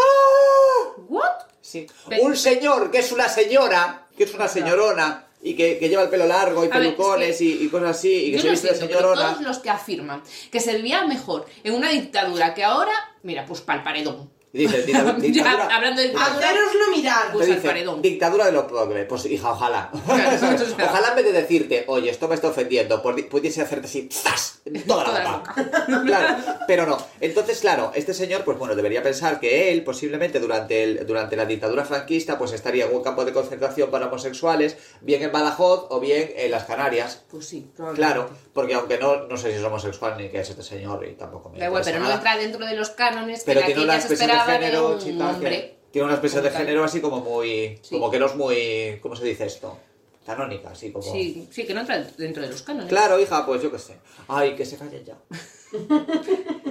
S1: ¿What?
S2: Sí.
S1: Pero-
S2: Un señor que es una señora, que es una señorona y que, que lleva el pelo largo y
S1: A ver, es
S2: pelucones
S1: que-
S2: y, y cosas así y que
S1: Yo
S2: se
S1: lo
S2: viste de
S1: siento, pero
S2: señorona.
S1: todos los que afirman que se vivía mejor en una dictadura que ahora, mira, pues pa'l paredón.
S2: Y dice, dicta- dictadura.
S1: Ya, hablando de
S3: Haceroslo mirar.
S2: Te
S1: Pues al
S2: dice,
S1: paredón.
S2: dictadura de los progres. Pues hija, ojalá.
S1: Claro, eso es verdad.
S2: ojalá en vez de decirte, oye, esto me está ofendiendo, por- pudiese hacerte así, ¡zas! En toda
S1: Toda la
S2: la boca. claro, pero no. Entonces, claro, este señor, pues bueno, debería pensar que él, posiblemente durante, el, durante la dictadura franquista, pues estaría en un campo de concentración para homosexuales, bien en Badajoz o bien en las Canarias.
S1: Pues sí, probablemente.
S2: Claro, porque aunque no, no sé si es homosexual ni qué es este señor y tampoco me
S1: Da igual,
S2: interesa
S1: pero no
S2: Pues nada.
S1: entra dentro de los cánones
S2: Pero
S1: que
S2: tiene
S1: aquí
S2: una
S1: ya se
S2: expresión de
S1: esperaba de
S2: género,
S1: un
S2: chica,
S1: hombre.
S2: que tiene una expresión de
S1: Como tal.
S2: género así como muy,
S1: Sí.
S2: como que no es muy, ¿cómo se dice esto? Canónica, así como.
S1: Sí, sí, que no entra dentro de los cánones.
S2: Claro, hija, pues yo qué sé. Ay, que se calle ya.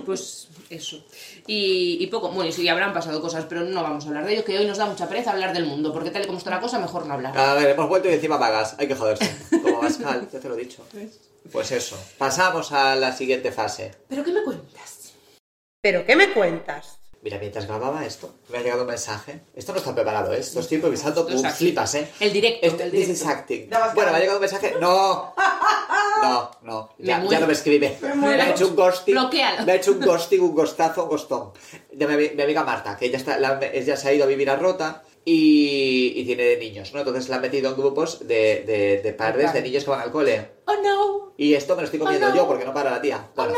S1: Pues eso. Y, y poco, bueno, y sí, habrán pasado cosas, pero no vamos a hablar de ello, que hoy nos da mucha pereza hablar del mundo, porque tal y como está la cosa, mejor no hablar.
S2: A ver, hemos vuelto y encima pagas. Hay que joderse. Como Pascal, ya te lo he dicho. Pues eso. Pasamos a la siguiente fase.
S1: ¿Pero qué me cuentas?
S4: ¿Pero qué me cuentas?
S2: Mira, mientras grababa esto, me ha llegado un mensaje. Esto no está preparado, ¿eh? Esto estoy improvisando,
S1: Esto es
S2: pum,
S1: acting.
S2: flipas, ¿eh?
S1: El directo.
S2: Este,
S1: el
S2: this
S1: directo.
S2: is acting.
S3: Dabas
S2: Bueno,
S3: cara.
S2: me ha llegado un mensaje. No. No, no.
S1: Me
S2: Ya, ya
S1: muero.
S2: no me escribe. Me,
S3: muero.
S2: ha hecho un ghosting.
S1: Bloquéalo.
S2: Me ha hecho un ghosting, un ghostazo, ghostón. De mi, mi amiga Marta, que ella, está, la- ella se ha ido a vivir a Rota y, y tiene niños, ¿no? Entonces la han metido en grupos de, de, de padres
S1: Claro.
S2: de niños que van al cole.
S1: Oh no.
S2: Y esto me lo estoy comiendo
S1: Oh, no.
S2: yo porque no para la tía. Bueno,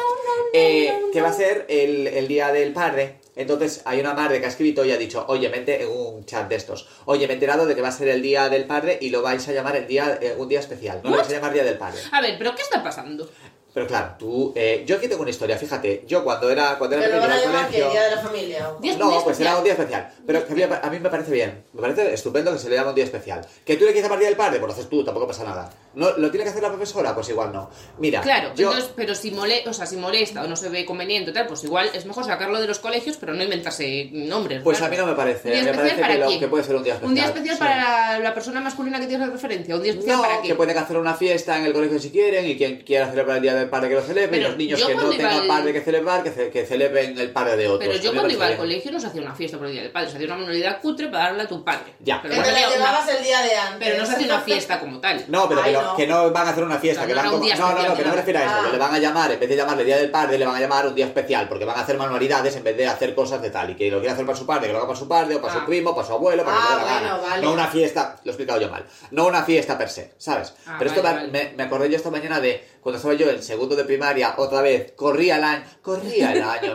S2: eh, que va a ser el, el día del padre. Entonces hay una madre que ha escrito y ha dicho, oye, mente en un chat de estos. Oye, me he enterado de que va a ser el día del padre y lo vais a llamar el día, eh, un día especial. No lo vais a llamar día del padre.
S1: A ver, ¿pero qué está pasando?
S2: Pero claro, tú, eh, yo aquí tengo una historia, fíjate. Yo cuando era, cuando era
S3: Pero lo
S2: pequeño en
S3: van a
S2: el
S3: llamar que
S2: colegio-
S3: día de la familia. o-
S1: Día-
S2: no, pues
S1: especial.
S2: será un día especial. Pero que a, mí, a mí me parece bien. Me parece estupendo que se le llame un día especial. ¿Que tú le quieres llamar día del padre? Pues lo haces tú, tampoco pasa nada. ¿No, ¿Lo tiene que hacer la profesora? Pues igual no. Mira,
S1: Claro,
S2: yo...
S1: entonces, pero si molesta, o sea, si molesta o no se ve conveniente, tal, pues igual es mejor sacarlo de los colegios, pero no inventarse nombres.
S2: Pues
S1: claro.
S2: a mí no me parece.
S1: ¿Un día
S2: Me
S1: especial
S2: parece
S1: para
S2: que, lo-
S1: quién?
S2: que puede ser un día especial.
S1: Un día especial
S2: sí.
S1: para la, la persona masculina que tiene referencia. Un día especial para
S2: No,
S1: qué?
S2: que pueden hacer una fiesta en el colegio si quieren y quien quiera celebrar el día del padre que lo celebre y
S1: Pero
S2: los niños
S1: yo
S2: que no
S1: cuando iba
S2: tengan
S1: al-
S2: padre que celebrar que, ce- que celebren el padre de otros.
S1: Pero
S2: A
S1: yo
S2: mí me
S1: cuando
S2: parece
S1: iba al
S2: bien.
S1: colegio no se hacía una fiesta por el Día del Padre, se hacía una manualidad cutre para darle a tu padre.
S2: Ya.
S1: Pero,
S3: Que
S1: no se
S3: te la
S1: hacía una-
S3: llevabas el día de antes.
S1: pero no se hacía una fiesta como tal.
S2: No, pero que,
S3: Ay,
S2: lo-
S3: no.
S2: que no van a hacer una
S1: O
S2: fiesta,
S1: sea,
S2: que
S1: no
S2: van
S1: era un
S2: como-
S1: día
S2: No, no, no,
S1: especial,
S2: que no me
S1: no.
S2: refiero a eso,
S3: Ah.
S2: que le van a llamar, en vez de llamarle Día del Padre, le van a llamar un día especial, porque van a hacer manualidades en vez de hacer cosas de tal, y que lo quiera hacer para su padre, que lo haga para su padre, o para
S1: Ah.
S2: su primo, para su abuelo, para
S3: Ah,
S2: quien le dé la
S3: bueno,
S2: gana.
S3: vale.
S2: No una fiesta, lo he explicado yo mal, no una fiesta per se, ¿sabes?
S1: Ah,
S2: pero esto me,
S1: vale, vale.
S2: me- me acordé yo esta mañana de cuando estaba yo en segundo de primaria, otra vez, corría el año, corría el año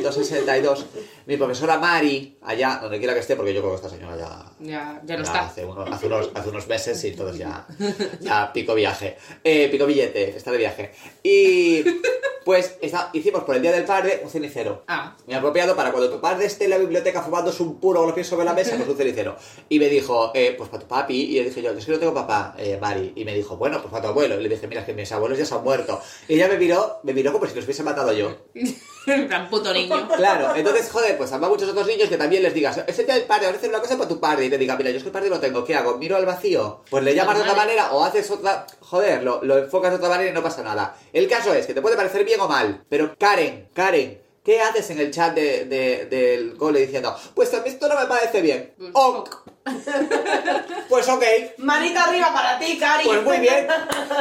S2: 1962, mi profesora Mari, allá, donde quiera que esté, porque yo creo que esta señora ya
S1: Ya, ya no
S2: ya,
S1: está.
S2: Hace, uno- hace unos, hace unos meses y entonces ya, ya pico viaje. Eh, pico billete, está de viaje. Y pues está- hicimos por el Día del Padre un cenicero.
S1: Ah,
S2: Me ha apropiado para cuando tu padre esté en la biblioteca fumándose un puro con los pies sobre la mesa, pues un cenicero. Y me dijo, eh, pues para tu papi. Y le dije yo, es que no tengo papá, eh, Mari. Y me dijo, bueno, pues para tu abuelo. Y le dije, mira, es que mis abuelos ya se han muerto. Y ella me miró, me miró como si los hubiese matado yo.
S1: en plan puto niño.
S2: Claro, entonces, joder, pues habrá muchos otros niños que también les digas, ese día del padre, ahora hacer una cosa para tu padre, y te diga, mira, yo es que el padre lo tengo, ¿qué hago? ¿Miro al vacío? Pues le llamas de otra
S1: Normal.
S2: manera o haces otra... Joder, lo, lo enfocas de otra manera y no pasa nada. El caso es que te puede parecer bien o mal, pero Karen, Karen, ¿qué haces en el chat de, de- del cole diciendo, pues a mí esto no me parece bien?
S1: Pues,
S2: Ok. Pues ok,
S3: Manita arriba para ti, Cari.
S2: pues muy bien.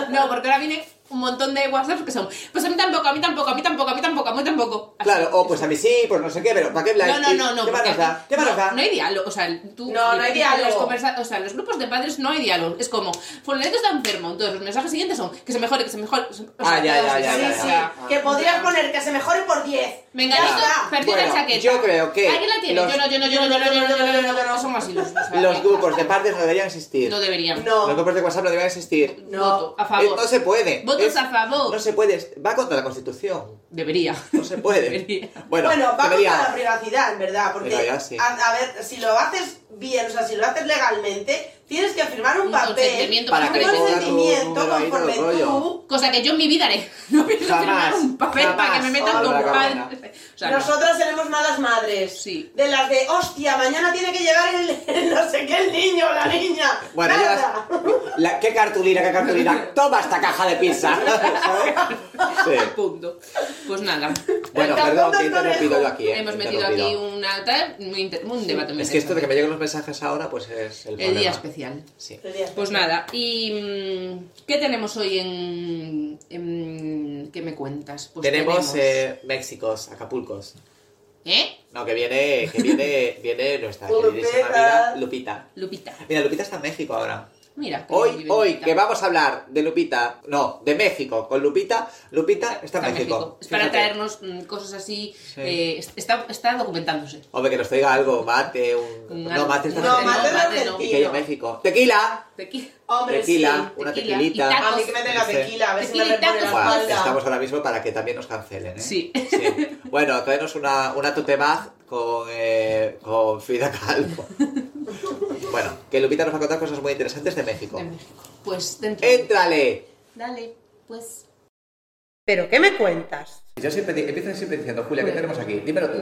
S1: No, porque ahora viene un montón de WhatsApp que son, pues a mí tampoco, a mí tampoco, a mí tampoco, a mí tampoco, a mí tampoco. Así.
S2: Claro, o pues a mí sí, pues no sé qué, pero ¿para qué
S1: No,
S2: habláis?
S1: no,
S2: ¿Y
S1: no, no.
S2: ¿Qué van
S1: porque
S2: a dar? ¿Qué van a
S1: no,
S2: dar?
S1: no hay diálogo. O sea, tú.
S3: No, no hay diálogo.
S1: las conversa- o sea, los grupos de padres no hay diálogo. Es como, Fulanito está enfermo. Entonces, los mensajes siguientes son que se mejore, que se mejore. o sea,
S2: Ah, ya,
S1: todos
S2: ya,
S1: así,
S2: ya,
S3: Sí,
S2: ya,
S1: o
S2: ya.
S3: sí.
S1: sea,
S3: Que podrías poner que se mejore por 10.
S1: Venga,
S2: Ya
S1: listo,
S2: está.
S1: perdí la
S2: Bueno,
S1: chaqueta.
S2: yo creo que
S1: Aquí la tiene.
S2: los-
S1: Yo no, yo no, yo no, yo no, yo no, yo no, yo no, yo no. Son así los. o sea,
S2: Los grupos de padres no deberían existir.
S1: No deberían.
S2: Los
S3: No.
S2: grupos de WhatsApp no deberían existir.
S3: No.
S1: Voto, a favor.
S2: Eh, No se puede.
S1: Votos
S2: Es-
S1: a favor.
S2: No se puede. Va contra la Constitución.
S1: Debería.
S2: No se puede.
S1: Debería.
S2: bueno,
S3: Bueno, vamos
S2: debería.
S3: a la privacidad, en verdad, porque
S2: Pero ya sí.
S3: a, a ver, si lo haces bien, o sea, si lo haces legalmente, tienes que firmar un,
S1: Un
S3: papel
S1: consentimiento
S2: Para
S3: un
S2: que
S1: previo.
S2: ponga tu
S3: consentimiento
S2: número ahí, todo
S3: conforme
S2: el rollo.
S3: tú.
S1: Cosa que yo en mi vida haré. No pienso
S2: Jamás,
S1: firmar un papel para que me
S2: jamás.
S1: metan
S3: Hola,
S1: con
S2: cabrona.
S1: padre. O sea, no.
S3: Nosotras seremos malas madres.
S1: Sí.
S3: De las de, hostia, mañana tiene que llegar el, el no sé qué, el niño o la niña.
S2: Pues, Bueno, ya
S3: Nada.
S2: las- la- ¿Qué cartulina, qué cartulina? Toma esta caja de pizza. ¿Sabes? Sí.
S1: Punto. Pues nada.
S2: Bueno,
S3: El
S2: perdón,
S3: cartón
S2: que he
S3: del
S2: interrumpido
S3: conejo.
S2: yo aquí. eh,
S1: Hemos
S2: he
S1: metido
S2: interrumpido.
S1: aquí una tal, muy inter- un debate muy
S2: Es que esto de que me
S1: interesante.
S2: lleguen los mensajes ahora, pues es el
S1: El
S2: problema.
S1: día especial.
S2: Sí.
S1: Pues nada, y mm, ¿qué tenemos hoy en, en- qué me cuentas? Pues
S2: tenemos eh, Méxicos, Acapulcos.
S1: ¿Eh?
S2: No, que viene, que viene, viene nuestra
S3: Lupita.
S2: queridísima amiga Lupita.
S1: Lupita.
S2: Mira, Lupita está en México ahora.
S1: Mira. que
S2: Hoy,
S1: vive
S2: hoy,
S1: Lupita.
S2: que vamos a hablar de Lupita, no, de México, con Lupita, Lupita está en
S1: Está en
S2: México.
S1: Es para
S2: Fíjate.
S1: traernos mm, cosas así. eh, es- está, está documentándose.
S2: Hombre, que nos traiga algo, mate, un...
S1: Un
S2: no, mate está en
S3: No,
S2: México.
S3: mate
S1: no,
S3: es
S1: mate
S2: Y que yo
S1: no.
S3: argentino.
S2: en México. ¡Tequila!
S1: De aquí.
S3: Hombre,
S2: tequila,
S3: sí.
S2: una
S1: tequila
S2: tequilita.
S1: y tacos.
S3: A mí que me tenga
S2: Sí.
S3: tequila, a ver si me
S1: Tequila y
S3: repone la
S1: tacos.
S2: Buah,
S3: espalda.
S2: estamos ahora mismo para que también nos cancelen, ¿eh?
S1: Sí.
S2: Sí. Bueno, traenos una, una totemag con, eh, con Frida Kahlo. bueno, que Lupita nos va a contar cosas muy interesantes de México. Eh.
S1: De México. Pues dentro.
S2: ¡Éntrale!
S1: Dale, pues.
S4: ¿Pero qué me cuentas?
S2: Yo siempre di- empiezo siempre diciendo, Julia, ¿qué tenemos aquí? Dímelo tú.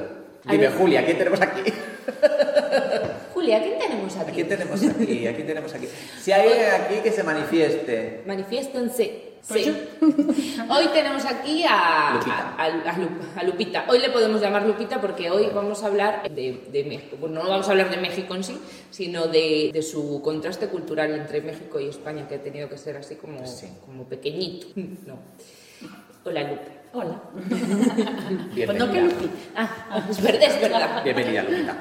S1: A
S2: Dime,
S1: ver.
S2: Julia, ¿qué tenemos aquí?
S1: Julia, ¿quién tenemos
S2: ¿A quién tenemos aquí? ¿A quién tenemos aquí? Si hay alguien aquí que se manifieste.
S1: Manifiéstense. Sí. Hoy tenemos aquí a,
S2: Pues Lupita.
S1: a- a Lu- a Lupita. Hoy le podemos llamar Lupita porque hoy vamos a hablar de, de México. Bueno, no vamos a hablar de México en sí, sino de, de su contraste cultural entre México y España, que ha tenido que ser así como,
S2: Sí.
S1: como pequeñito. No. Hola, Lupe. Hola.
S2: Bienvenida.
S1: Pues no, que Lupi. Ah, es verdad, es verdad.
S2: Bienvenida, Lupita.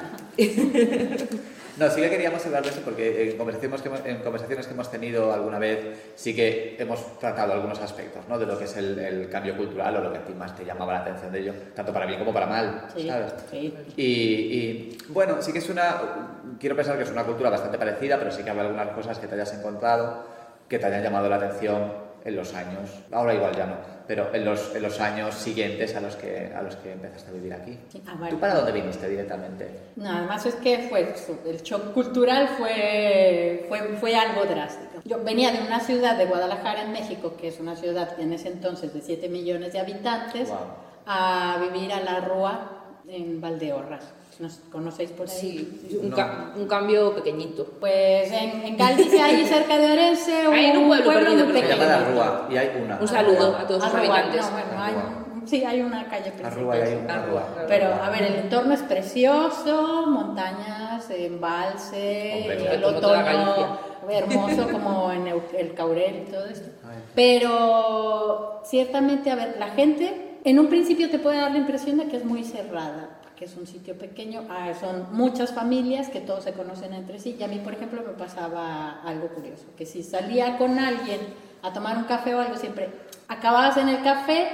S2: No, sí que queríamos hablar de eso porque en conversaciones, que hemos, en conversaciones que hemos tenido alguna vez sí que hemos tratado algunos aspectos ¿no? de lo que es el, el cambio cultural o lo que a ti más te llamaba la atención de ello, tanto para bien como para mal. ¿sabes? Y, y, bueno, sí que es una, quiero pensar que es una cultura bastante parecida, pero sí que habrá algunas cosas que te hayas encontrado, que te hayan llamado la atención en los años, ahora igual ya no, pero en los, en los años siguientes a los, que, a los que empezaste a vivir aquí.
S6: Ah, vale.
S2: ¿Tú para dónde viniste directamente?
S6: No, además es que fue eso, el shock cultural fue, fue, fue algo drástico. Yo venía de una ciudad de Guadalajara, en México, que es una ciudad que en ese entonces de 7 millones de habitantes,
S2: Guau.
S6: a vivir a La Rúa, en Valdeorras. ¿Nos conocéis por ahí?
S1: Sí, un,
S2: No.
S1: ca- un cambio pequeñito.
S6: Pues en, en Galicia, ahí cerca de Orense,
S1: Ahí en un pueblo perdido,
S6: muy
S2: Se llama
S1: pequeño.
S2: la Rúa y hay una.
S1: Un saludo a todos sus
S6: Arrua,
S1: habitantes.
S6: no, bueno, hay-
S2: Arrua.
S6: sí, hay una calle principal.
S2: Arrua y hay una
S1: Arrua.
S2: Rúa.
S6: Ah, Pero, a ver, el entorno es precioso, montañas, embalse,
S2: Hombre, claro,
S6: el
S1: como toda Galicia.
S6: otoño
S2: Ah.
S6: hermoso como en Eu- el Caurel y todo esto. Pero ciertamente, a ver, la gente en un principio te puede dar la impresión de que es muy cerrada, que es un sitio pequeño, ah, son muchas familias que todos se conocen entre sí. Y a mí, por ejemplo, me pasaba algo curioso, que si salía con alguien a tomar un café o algo, siempre acababas en el café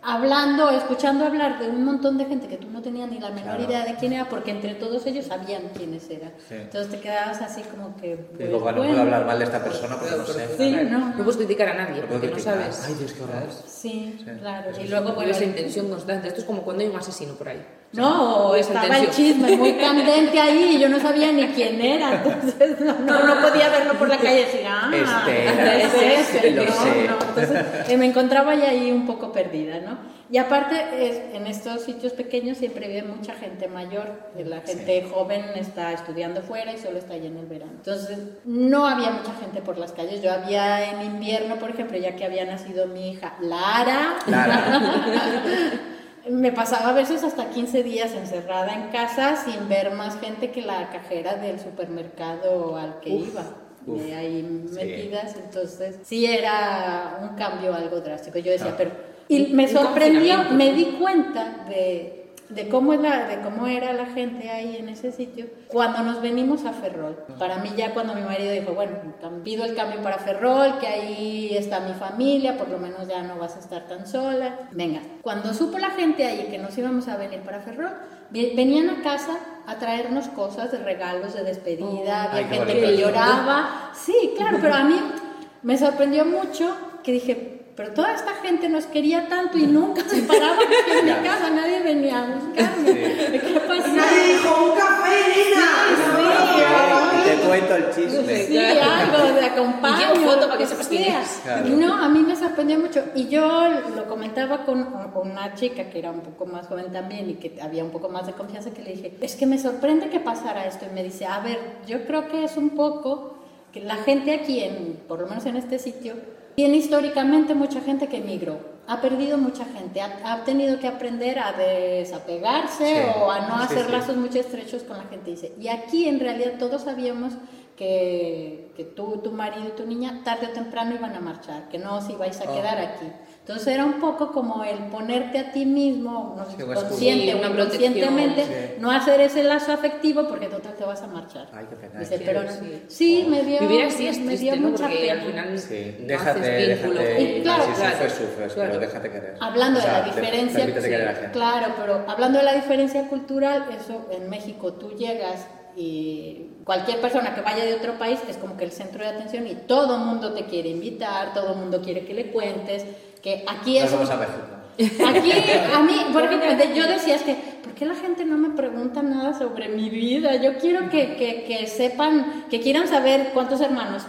S6: hablando, escuchando hablar de un montón de gente que tú no tenías ni la menor
S2: Claro.
S6: idea de quién era, porque entre todos ellos sabían quiénes eran.
S2: Sí.
S6: Entonces te quedabas así como que...
S2: Digo, bueno, no
S6: pues, bueno.
S2: puedo hablar mal de esta persona porque no sé.
S6: Sí, no.
S1: No puedes criticar a nadie
S2: No puedo
S1: porque no
S2: criticar.
S1: sabes.
S2: Ay, Dios, qué horror.
S6: Sí,
S2: Sí.
S6: claro.
S2: Eso
S6: Y
S2: es
S6: luego,
S1: Bueno,
S6: bueno,
S1: esa intención constante. Esto es como cuando hay un asesino por ahí.
S6: No,
S1: Esa
S6: estaba el
S1: intención.
S6: chisme muy candente ahí y yo no sabía ni quién era, entonces no, no, no podía verlo por la calle y decir, ah,
S2: Este era,
S6: es ese,
S2: lo
S6: no,
S2: sé.
S6: no. Entonces eh, me encontraba ya ahí un poco perdida, ¿no? Y aparte, es- en estos sitios pequeños siempre vive mucha gente mayor, que la gente joven está estudiando fuera y solo está allí en el verano. Entonces, no había mucha gente por las calles. Yo había en invierno, por ejemplo, ya que había nacido mi hija Lara,
S2: Claro.
S6: me pasaba a veces hasta 15 días encerrada en casa sin ver más gente que la cajera del supermercado al que iba.
S2: uf,
S6: de ahí
S2: sí.
S6: metidas, entonces sí era un cambio algo drástico. Yo decía,
S2: Ah.
S6: pero. Y me
S1: Un
S6: sorprendió,
S1: confinamiento.
S6: me di cuenta de, de cómo es la, de cómo era la gente ahí en ese sitio cuando nos venimos a Ferrol. Para mí, ya cuando mi marido dijo, bueno, cam- pido el cambio para Ferrol, que ahí está mi familia, por lo menos ya no vas a estar tan sola. Venga, cuando supo la gente ahí que nos íbamos a venir para Ferrol, vi- venían a casa a traernos cosas de regalos, de despedida,
S2: Ay,
S6: había
S2: qué
S6: gente
S2: bonito.
S6: que lloraba. Sí, claro, pero a mí me sorprendió mucho que dije, pero toda esta gente nos quería tanto y nunca se paraban aquí en mi
S2: Ya.
S6: casa, nadie venía a buscarme. ¿Qué pasó?
S3: Nadie dijo un café, nena.
S2: Y te cuento el
S1: Sí.
S2: chisme.
S6: Sí, algo, de acompaño.
S1: Y llevo foto para que
S6: lo
S1: sepas
S6: sea.
S1: quién es.
S2: Claro.
S6: No, a mí me sorprendió mucho. Y yo lo comentaba con, con una chica que era un poco más joven también y que había un poco más de confianza, que le dije, es que me sorprende que pasara esto. Y me dice, a ver, yo creo que es un poco que la gente aquí, en, por lo menos en este sitio, tiene históricamente mucha gente que emigró. Ha perdido mucha gente, ha, ha tenido que aprender a desapegarse
S2: Sí.
S6: o a no
S2: Sí,
S6: hacer
S2: sí.
S6: lazos muy estrechos con la gente. Dice, y aquí en realidad todos sabíamos que, que tú, tu marido y tu niña tarde o temprano iban a marchar, que no os ibais a
S2: Ah.
S6: quedar aquí. Entonces era un poco como el ponerte a ti mismo, no sé,
S2: Sí, una excusa.
S6: consciente
S1: Sí,
S6: o
S1: una
S6: inconscientemente,
S2: protección. Sí.
S6: no hacer ese lazo afectivo porque total te vas a marchar.
S2: Ay, qué pena.
S6: Dice,
S2: Sí, Oh.
S6: pero
S1: sí.
S6: sí, me dio,
S1: Vivir así es
S6: me
S1: triste,
S6: dio
S1: ¿no?
S6: mucha
S1: Porque
S6: pena.
S1: al final
S2: Sí,
S1: no
S2: déjate,
S1: haces vínculo.
S2: déjate.
S1: con-
S6: Y claro,
S2: si
S1: claro,
S2: sufres, sufres,
S1: claro.
S2: pero déjate querer.
S6: Hablando
S2: O sea,
S6: de la
S2: te-
S6: diferencia,
S2: permítete
S6: sí,
S2: querer a la gente.
S6: claro, pero hablando de la diferencia cultural, eso en México tú llegas y cualquier persona que vaya de otro país es como que el centro de atención y todo el mundo te quiere invitar, todo el mundo quiere que le cuentes, que aquí
S2: Nos
S6: es...
S2: vamos a México.
S6: Aquí, a mí, por ejemplo, de- yo decía, es que, ¿por qué la gente no me pregunta nada sobre mi vida? Yo quiero que, que- que sepan, que quieran saber cuántos hermanos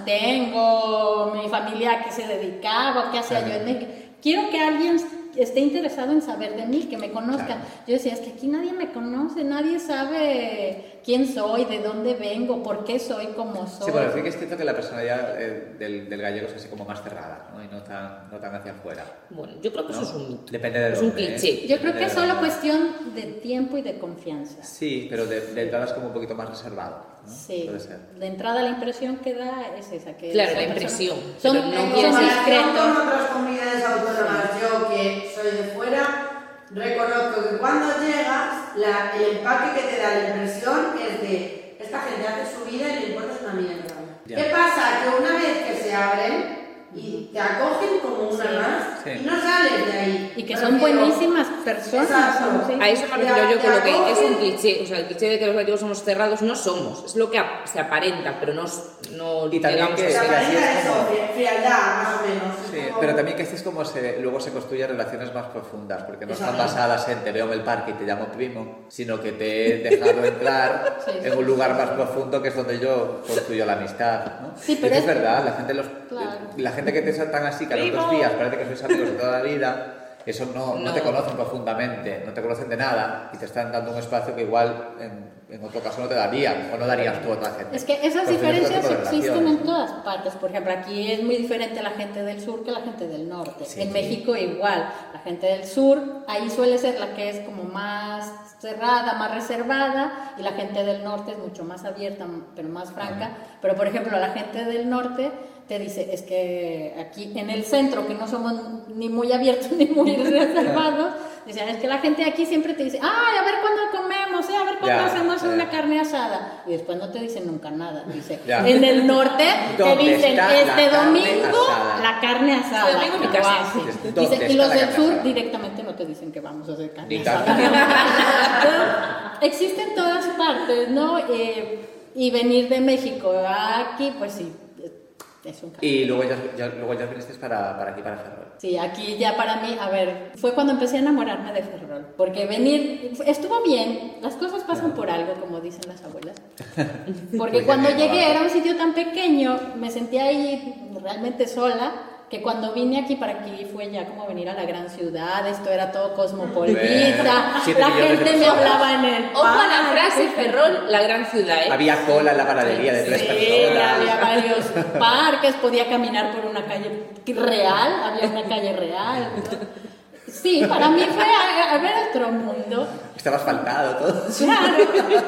S6: tengo, mi familia a qué se dedicaba, qué hacía yo en México. Quiero que alguien esté interesado en saber de mí, que me conozca.
S2: Claro.
S6: Yo decía, es que aquí nadie me conoce, nadie sabe quién soy, de dónde vengo, por qué soy como soy.
S2: Sí, bueno, sí que es cierto que la personalidad eh, del, del gallego es así como más cerrada, ¿no? Y no tan, no tan hacia afuera.
S1: Bueno, yo creo que
S2: ¿no?
S1: eso es un mito.
S2: Depende de
S1: Es un
S2: dónde, ¿eh?
S1: cliché.
S6: yo creo que
S2: Depende
S6: es
S2: de
S6: solo
S2: dónde.
S6: cuestión de tiempo y de confianza.
S2: Sí, pero de, de entrada es como un poquito más reservado, ¿no?
S6: Sí.
S2: Puede ser.
S6: De entrada la impresión que da es esa. Que
S1: Claro,
S6: esa
S1: la
S6: persona-
S1: impresión, pero
S6: Son,
S1: no
S6: son
S7: En
S1: quiere
S7: comparación con
S6: discretos.
S7: otras comunidades autónomas, yo que soy de fuera, reconozco que cuando llegas, la- el empaque que te da la impresión es de esta gente hace su vida y le importa una mierda.
S2: Ya.
S7: ¿Qué pasa? Que una vez que se abren y te acogen como una más
S2: Sí.
S7: y no sales de ahí.
S6: Y que
S7: Me
S6: son
S7: refiero-
S6: buenísimas personas.
S7: Exacto.
S6: ¿sí?
S7: Ahí
S1: A eso me refiero yo con lo que es un
S7: Ya, ya.
S1: cliché. O sea, el cliché de que los gallegos somos cerrados no somos. Es lo que ap- se aparenta, pero no, s- no
S2: Y también
S1: llegamos
S2: que-
S1: a
S7: Se
S1: ser.
S2: que así es
S7: aparenta eso,
S2: como-
S7: fri- frialdad más o menos. Es
S2: Sí,
S7: como-
S2: pero también que así es como se, luego se construyen relaciones más profundas, porque no están
S7: Exacto.
S2: basadas en te veo en el parque y te llamo primo, sino que te he dejado entrar
S6: Sí, sí,
S2: en un lugar más profundo que es donde yo construyo la amistad. ¿no?
S6: Sí,
S2: Y
S6: pero
S2: es,
S6: es-
S2: verdad, la gente, los,
S6: Claro.
S2: la gente que te saltan así cada dos días, parece que sois amigos de toda la vida. Eso no, no.
S1: No.
S2: te conocen profundamente, no te conocen de nada y te están dando un espacio que igual en, en otro caso no te darían o no darías tú a otra gente.
S6: Es que esas
S2: Construyes otro
S6: diferencias
S2: tipo de
S6: existen
S2: relaciones.
S6: en todas partes. Por ejemplo, aquí es muy diferente la gente del sur que la gente del norte.
S2: Sí.
S6: En México igual. La gente del sur, ahí suele ser la que es como más cerrada, más reservada, y la gente del norte es mucho más abierta, m- pero más franca. Pero, por ejemplo, la gente del norte te dice, es que aquí en el centro, que no somos ni muy abiertos ni muy reservados, dicen, es que la gente de aquí siempre te dice, ay, a ver cuándo comemos, eh, a ver cuándo
S2: Ya,
S6: hacemos
S2: ya.
S6: una carne asada. Y después no te dicen nunca nada. Dice,
S2: Ya.
S6: en el norte te
S2: ¿Dónde
S6: dicen,
S2: está la
S6: este
S2: carne
S6: domingo
S2: asada?
S6: la carne asada.
S1: Este domingo en mi
S6: Lo
S1: casa.
S6: hacen.
S2: Dices,
S6: Dice,
S2: "¿Dónde
S6: y
S2: está la
S6: los del
S2: carne
S6: sur
S2: asada?"
S6: directamente no te dicen que vamos a hacer carne
S2: Ni
S6: asada. Entonces, existe en todas partes, ¿no? Eh, y venir de México a aquí, pues sí, es un cambio.
S2: Y luego ya, ya- luego ya viniste para, para aquí, para Ferrol.
S6: Sí, aquí ya para mí, a ver, fue cuando empecé a enamorarme de Ferrol, porque venir, estuvo bien, las cosas pasan por algo, como dicen las abuelas, porque
S2: Muy
S6: cuando
S2: bien,
S6: llegué
S2: vale.
S6: era un sitio tan pequeño, me sentía ahí realmente sola, que cuando vine aquí para aquí fue ya como venir a la gran ciudad, esto era todo cosmopolita,
S2: siete
S6: la
S2: millones de
S6: gente me
S2: personas.
S6: hablaba en el
S1: Ojo a la
S6: parque.
S1: frase Ferrol, la gran ciudad, ¿eh?
S2: Había cola en la panadería de tres
S6: Sí, había
S2: personas.
S6: varios parques, podía caminar por una calle real, había una calle real. ¿no? Sí, para mí fue a, a ver otro mundo.
S2: Estaba asfaltado todo.
S6: Claro,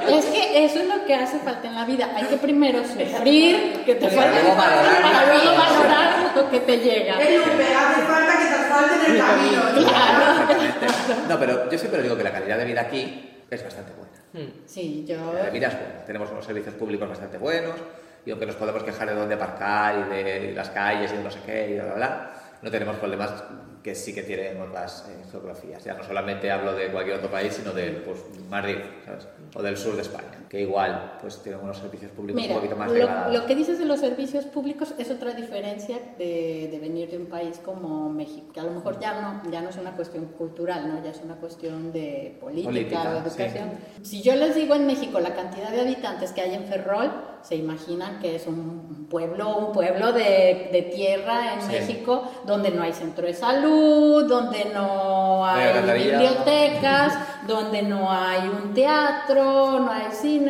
S6: es que eso es lo que hace falta en la vida. Hay que primero sufrir, que te
S2: Para
S6: falte
S2: luego valorar.
S6: para luego valorar lo que te llega.
S7: Es lo que hace falta que te asfalten el camino.
S6: Claro.
S2: Exactamente. No, pero yo siempre digo que la calidad de vida aquí es bastante buena.
S6: Sí, yo.
S2: La vida es buena. pues, Tenemos unos servicios públicos bastante buenos y aunque nos podemos quejar de dónde aparcar y de las calles y de no sé qué y bla, bla, bla, no tenemos problemas que sí que tienen otras eh, geografías. Ya no solamente hablo de cualquier otro país, sino de pues, Madrid, ¿sabes? O del sur de España, que igual pues tienen unos servicios públicos
S6: Mira,
S2: un poquito más
S6: lo,
S2: degradados.
S6: lo que dices de los servicios públicos es otra diferencia de, de venir de un país como México, que a lo mejor ya no, ya no es una cuestión cultural, ¿no? ya es una cuestión de política,
S2: Política,
S6: de
S2: sí.
S6: educación. Si yo les digo en México la cantidad de habitantes que hay en Ferrol, se imaginan que es un pueblo, un pueblo de, de tierra en
S2: Sí.
S6: México donde no hay centro de salud, donde no
S2: hay
S6: hay
S2: alcantarillado.
S6: bibliotecas, donde no hay un teatro, no hay cine.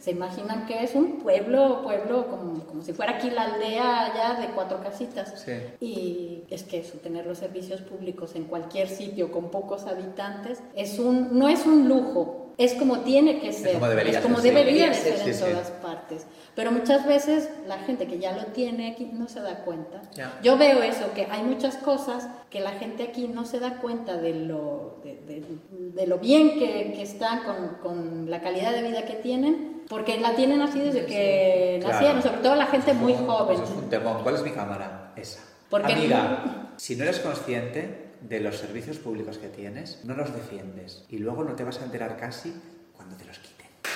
S6: Se imaginan que es un pueblo, pueblo como, como si fuera aquí la aldea allá de cuatro casitas.
S2: Sí.
S6: Y es que eso, tener los servicios públicos en cualquier sitio con pocos habitantes, es un, no es un lujo, es como tiene que ser,
S2: como debería
S6: es como
S2: ser, sí.
S6: debería de
S2: Sí,
S6: ser en
S2: sí.
S6: todas partes. Pero muchas veces la gente que ya lo tiene aquí no se da cuenta.
S2: Ya.
S6: Yo veo eso, que hay muchas cosas que la gente aquí no se da cuenta de lo, de, de- de lo bien que, que están con, con la calidad de vida que tienen, porque la tienen así desde que
S2: Claro.
S6: nacieron, sobre todo la gente muy
S2: Eso
S6: joven.
S2: Es un temón. ¿Cuál es mi cámara? Esa.
S6: Porque-
S2: Amiga, si no eres consciente de los servicios públicos que tienes, no los defiendes y luego no te vas a enterar casi cuando te los quiten.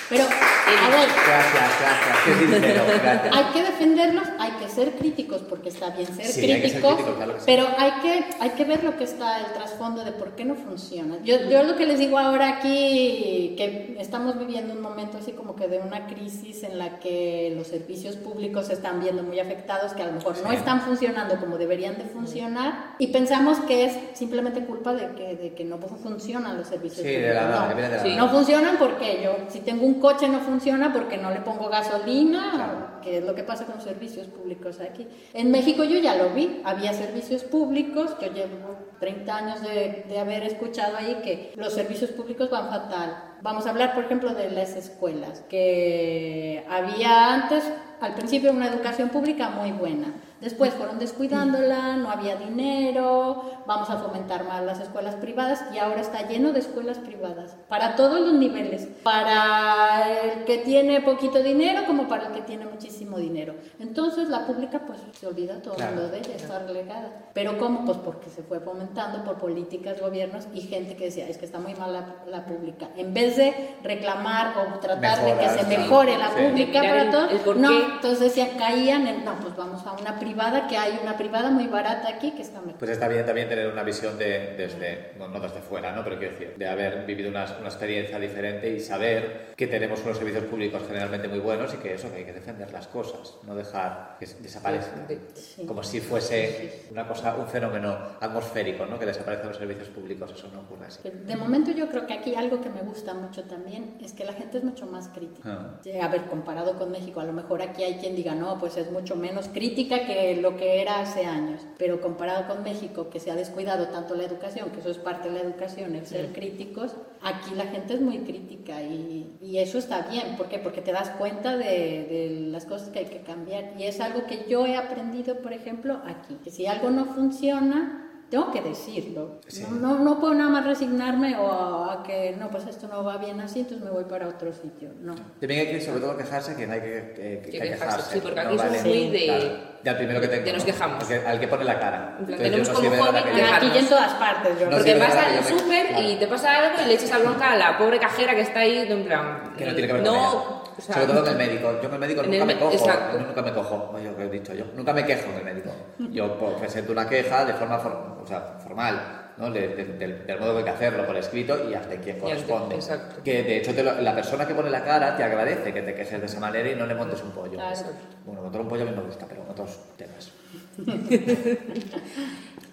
S6: Pero, a ver,
S2: Gracias, gracias. Qué sincero, gracias.
S6: Hay que defenderlos, hay que ser críticos, porque está bien ser
S2: Sí, hay que ser
S6: críticos,
S2: crítico, claro que sí.
S6: pero hay que, hay que ver lo que está el trasfondo de por qué no funciona. Yo, yo lo que les digo ahora aquí, que estamos viviendo un momento así como que de una crisis en la que los servicios públicos se están viendo muy afectados, que a lo mejor no
S2: Sí.
S6: están funcionando como deberían de funcionar, y pensamos que es simplemente culpa de que, de que no funcionan los servicios
S2: Sí,
S6: públicos.
S2: de la nada,
S6: No.
S2: viene de la
S1: Sí.
S2: nada.
S6: No funcionan porque yo, si tengo un coche no funciona porque no le pongo gasolina,
S2: Claro.
S6: que es lo que pasa con servicios públicos aquí. En México yo ya lo vi, había servicios públicos, yo llevo 30 años de, de haber escuchado ahí que los servicios públicos van fatal. Vamos a hablar, por ejemplo, de las escuelas, que había antes, al principio, una educación pública muy buena. Después fueron descuidándola, no había dinero, vamos a fomentar más las escuelas privadas y ahora está lleno de escuelas privadas, para todos los niveles, para el que tiene poquito dinero como para el que tiene muchísimo dinero. Entonces la pública pues se olvida todo
S2: Claro,
S6: lo de ella, está relegada. Pero ¿cómo? Pues porque se fue fomentando por políticas, gobiernos y gente que decía, es que está muy mal la, la pública. En vez de reclamar o tratar de que
S2: Mejorar,
S6: se
S2: sí.
S6: mejore la
S2: Sí.
S6: pública
S1: Mirar el-
S6: para
S1: el
S6: todos,
S1: por
S6: no,
S1: qué.
S6: entonces decía, caían en, no, pues vamos a una privada, que hay una privada muy barata aquí que está mejor.
S2: Pues está bien también tener una visión de, desde, no, no desde fuera, ¿no? Pero quiero decir, de haber vivido una, una experiencia diferente y saber que tenemos unos servicios públicos generalmente muy buenos y que eso, que hay que defender las cosas, no dejar que s- desaparezcan.
S6: Sí.
S2: Como si fuese una cosa, un fenómeno atmosférico, ¿no? Que desaparezcan los servicios públicos, eso no ocurre así.
S6: Pues, De momento yo creo que aquí algo que me gusta mucho también es que la gente es mucho más crítica.
S2: Ah.
S6: Sí, A ver, comparado con México, a lo mejor aquí hay quien diga, no, pues es mucho menos crítica que lo que era hace años. Pero comparado con México, que se ha descuidado tanto la educación, que eso es parte de la educación, el ser críticos, aquí la gente es muy crítica y, y eso está bien. ¿Por qué? Porque te das cuenta de, de las cosas que hay que cambiar. Y es algo que yo he aprendido, por ejemplo, aquí. Que si algo no funciona... Tengo que decirlo.
S2: Sí.
S6: No- no, no puedo nada más resignarme o a, a que no, pues esto no va bien así, entonces me voy para otro sitio. No.
S2: También hay que, sobre todo, quejarse que no hay que, que- que-
S1: Que
S2: que
S1: quejarse,
S2: quejarse.
S1: sí, porque
S2: no
S1: aquí somos
S2: vale,
S1: muy de-
S2: de al primero que tengo.
S1: de nos
S2: ¿no?
S1: quejamos.
S2: Al que, al que pone la cara.
S1: En plan,
S2: Entonces,
S1: tenemos
S2: yo no
S1: como
S2: sirve de nada
S1: hobby
S2: que-
S1: quejarnos.
S6: Aquí y en todas partes. Yo
S2: No
S6: creo.
S1: Porque
S2: sirve
S1: vas
S2: nada,
S1: al
S2: yo me-
S1: súper
S2: claro.
S1: y te pasa algo y le echas la bronca a la pobre cajera que está ahí, en plan.
S2: que no tiene que ver
S1: no,
S2: con ella.
S1: o sea,
S2: Sobre todo en el médico. Yo con el médico
S1: en
S2: nunca
S1: el
S2: me
S1: me-
S2: cojo.
S1: exacto.
S2: Yo nunca me cojo. Oye, lo que he dicho yo. Nunca me quejo del médico. Yo pues, presento una queja de forma for- o sea, formal, ¿no? De- de- del, del modo que hay que hacerlo, por escrito y hasta quien corresponde.
S1: exacto.
S2: Que de hecho te lo- la persona que pone la cara te agradece que te quejes de esa manera y no le montes un pollo.
S6: Claro.
S2: Bueno, montar un pollo a mí me gusta, pero en otros temas.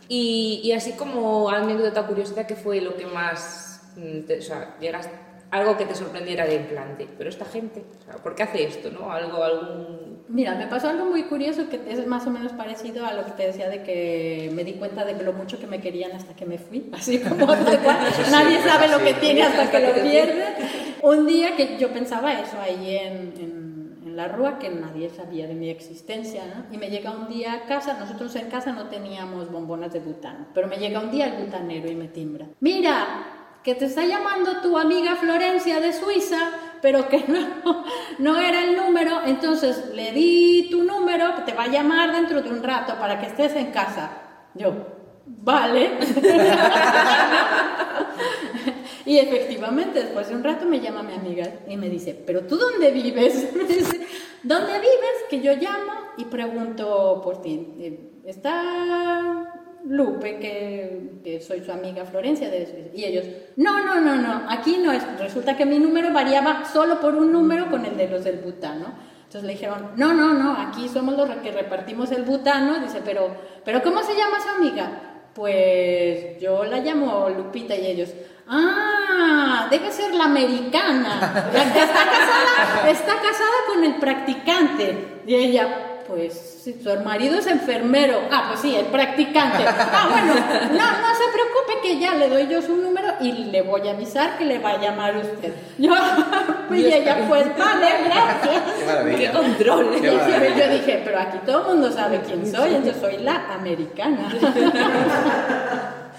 S1: Y, y así como anécdota curiosidad, ¿qué fue lo que más. mm, te- o sea, llegas. Algo que te sorprendiera de implante. Pero esta gente, o sea, ¿por qué hace esto, no? Algo, algún.
S6: Mira, me pasó algo muy curioso que es más o menos parecido a lo que te decía de que me di cuenta de lo mucho que me querían hasta que me fui. Así como tal cual. nadie
S2: pues
S6: sabe lo
S2: así.
S6: que tiene hasta que lo
S1: Hasta que te
S6: pierde. Un día que yo pensaba eso ahí en, en- en la rúa, que nadie sabía de mi existencia, ¿no? Y me llega un día a casa, nosotros en casa no teníamos bombonas de butano, pero me llega un día el butanero y me timbra. Mira, que te está llamando tu amiga Florencia de Suiza, pero que no, no era el número, entonces le di tu número, te va a llamar dentro de un rato para que estés en casa. Yo, vale. Y efectivamente, después de un rato me llama mi amiga y me dice, pero tú dónde vives? Me dice, ¿dónde vives? Que yo llamo y pregunto por ti. Eh, Está Lupe, que, que soy su amiga Florencia, de Suiza". y ellos, no, no, no, no, aquí no es. Resulta que mi número variaba solo por un número con el de los del butano. Entonces le dijeron, no, no, no, aquí somos los que repartimos el butano. Dice, pero, pero ¿cómo se llama su amiga? Pues yo la llamo Lupita y ellos, ah, debe ser la americana, la que está casada, está casada con el practicante. Y ella, pues si su marido es enfermero, ah, pues sí, es practicante. Ah, bueno, no, no se preocupe que ya le doy yo su número y le voy a avisar que le va a llamar usted. Yo, y ella, pues vale, gracias.
S2: Qué maravilla.
S8: ¡Qué control!
S2: Qué maravilla.
S6: Yo dije, pero aquí todo el mundo sabe quién soy, yo soy la americana.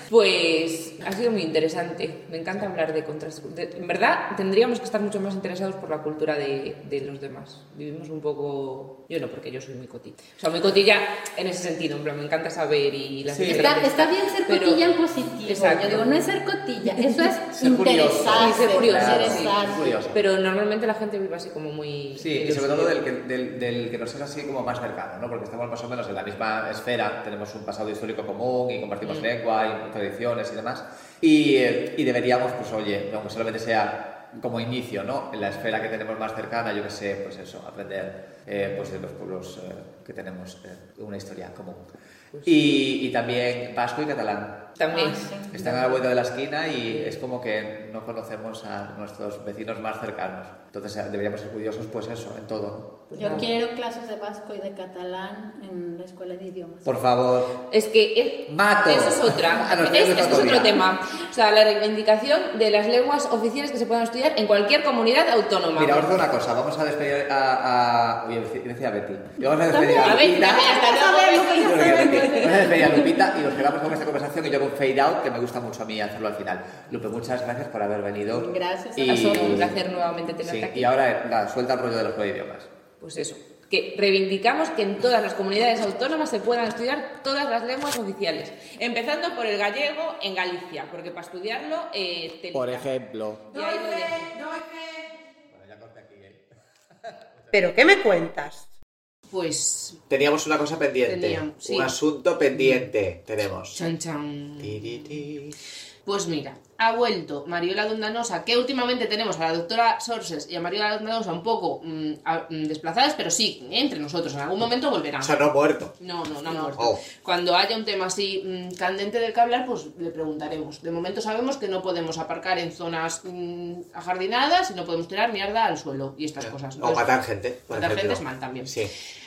S8: Pues ha sido muy interesante. Me encanta hablar de contras. de- en verdad, tendríamos que estar mucho más interesados por la cultura de, de los demás. Vivimos un poco. Yo no, porque yo soy muy cotilla. O sea, muy cotilla en ese sentido. En plan, me encanta saber y la
S9: Sí.
S8: gente
S6: Está,
S8: que-
S6: está bien ser
S8: Pero-
S6: cotilla en positivo.
S8: Exacto.
S6: Yo digo, no es ser cotilla, eso es
S2: Ser curioso.
S6: interesarse.
S8: Sí, ser curioso,
S6: interesarse.
S2: sí, curioso.
S8: Pero normalmente la gente vive así como muy.
S2: Sí, y sobre todo del que, del, del que nos es así como más cercano, ¿no? Porque estamos más o menos en la misma esfera, tenemos un pasado histórico común y compartimos lengua y tradiciones y demás. Y, eh, y deberíamos, pues oye, aunque solamente sea como inicio, ¿no? En la esfera que tenemos más cercana, yo que sé, pues eso, aprender eh, pues de los pueblos eh, que tenemos eh, una historia común. Y, y también vasco y catalán.
S8: También.
S6: Ah, sí.
S2: Están a la vuelta de la esquina y es como que no conocemos a nuestros vecinos más cercanos. Entonces eh, deberíamos ser curiosos, pues eso, en todo.
S6: Yo quiero clases de vasco y de catalán en la escuela de idiomas.
S2: Por favor.
S8: Es que. el-
S2: Mato.
S8: Eso es
S2: A
S8: otra.
S2: los
S8: Es,
S2: niños de
S8: esto es
S2: Cotoria.
S8: otro tema. O sea, la reivindicación de las lenguas oficiales que se puedan estudiar en cualquier comunidad autónoma.
S2: Mira, os digo una cosa, vamos a despedir a... a... Oye, decía Betty. Y vamos a despedir a
S8: a ver,
S2: Lupita.
S8: también, hasta luego, Betty.
S2: Yo no quiero decir. Vamos a despedir a Lupita y nos quedamos con esta conversación que yo hago un fade out que me gusta mucho a mí hacerlo al final. Lupe, muchas gracias por haber venido.
S6: Gracias,
S8: ha sido un placer nuevamente tenerte
S2: Sí,
S8: aquí.
S2: Y ahora, eh, nada, suelta el rollo de los nueve idiomas.
S8: Pues eso, que reivindicamos que en todas las comunidades autónomas se puedan estudiar todas las lenguas oficiales, empezando por el gallego en Galicia, porque para estudiarlo eh, te lía.
S2: ejemplo.
S8: Y ahí lo dejo.
S2: ¿eh?
S4: ¿Pero qué me cuentas?
S1: Pues.
S9: Teníamos una cosa pendiente.
S1: Teníamos, sí.
S9: Un asunto pendiente tenemos.
S1: Chan, chan.
S9: Ti, ti, ti.
S1: Pues mira, ha vuelto Mariola Dondanosa, que últimamente tenemos a la doctora Sorses y a Mariola Dondanosa un poco mm, a- mm, desplazadas, pero sí, entre nosotros, en algún momento volverán.
S9: O sea, no ha muerto.
S1: No, no, no han muerto.
S9: Oh.
S1: Cuando haya un tema así mm, candente del que hablar, pues le preguntaremos. De momento sabemos que no podemos aparcar en zonas mm, ajardinadas y no podemos tirar mierda al suelo y estas cosas.
S9: O
S1: Entonces,
S9: matar gente. por
S1: matar gente
S9: ejemplo.
S1: es mal también.
S9: Sí.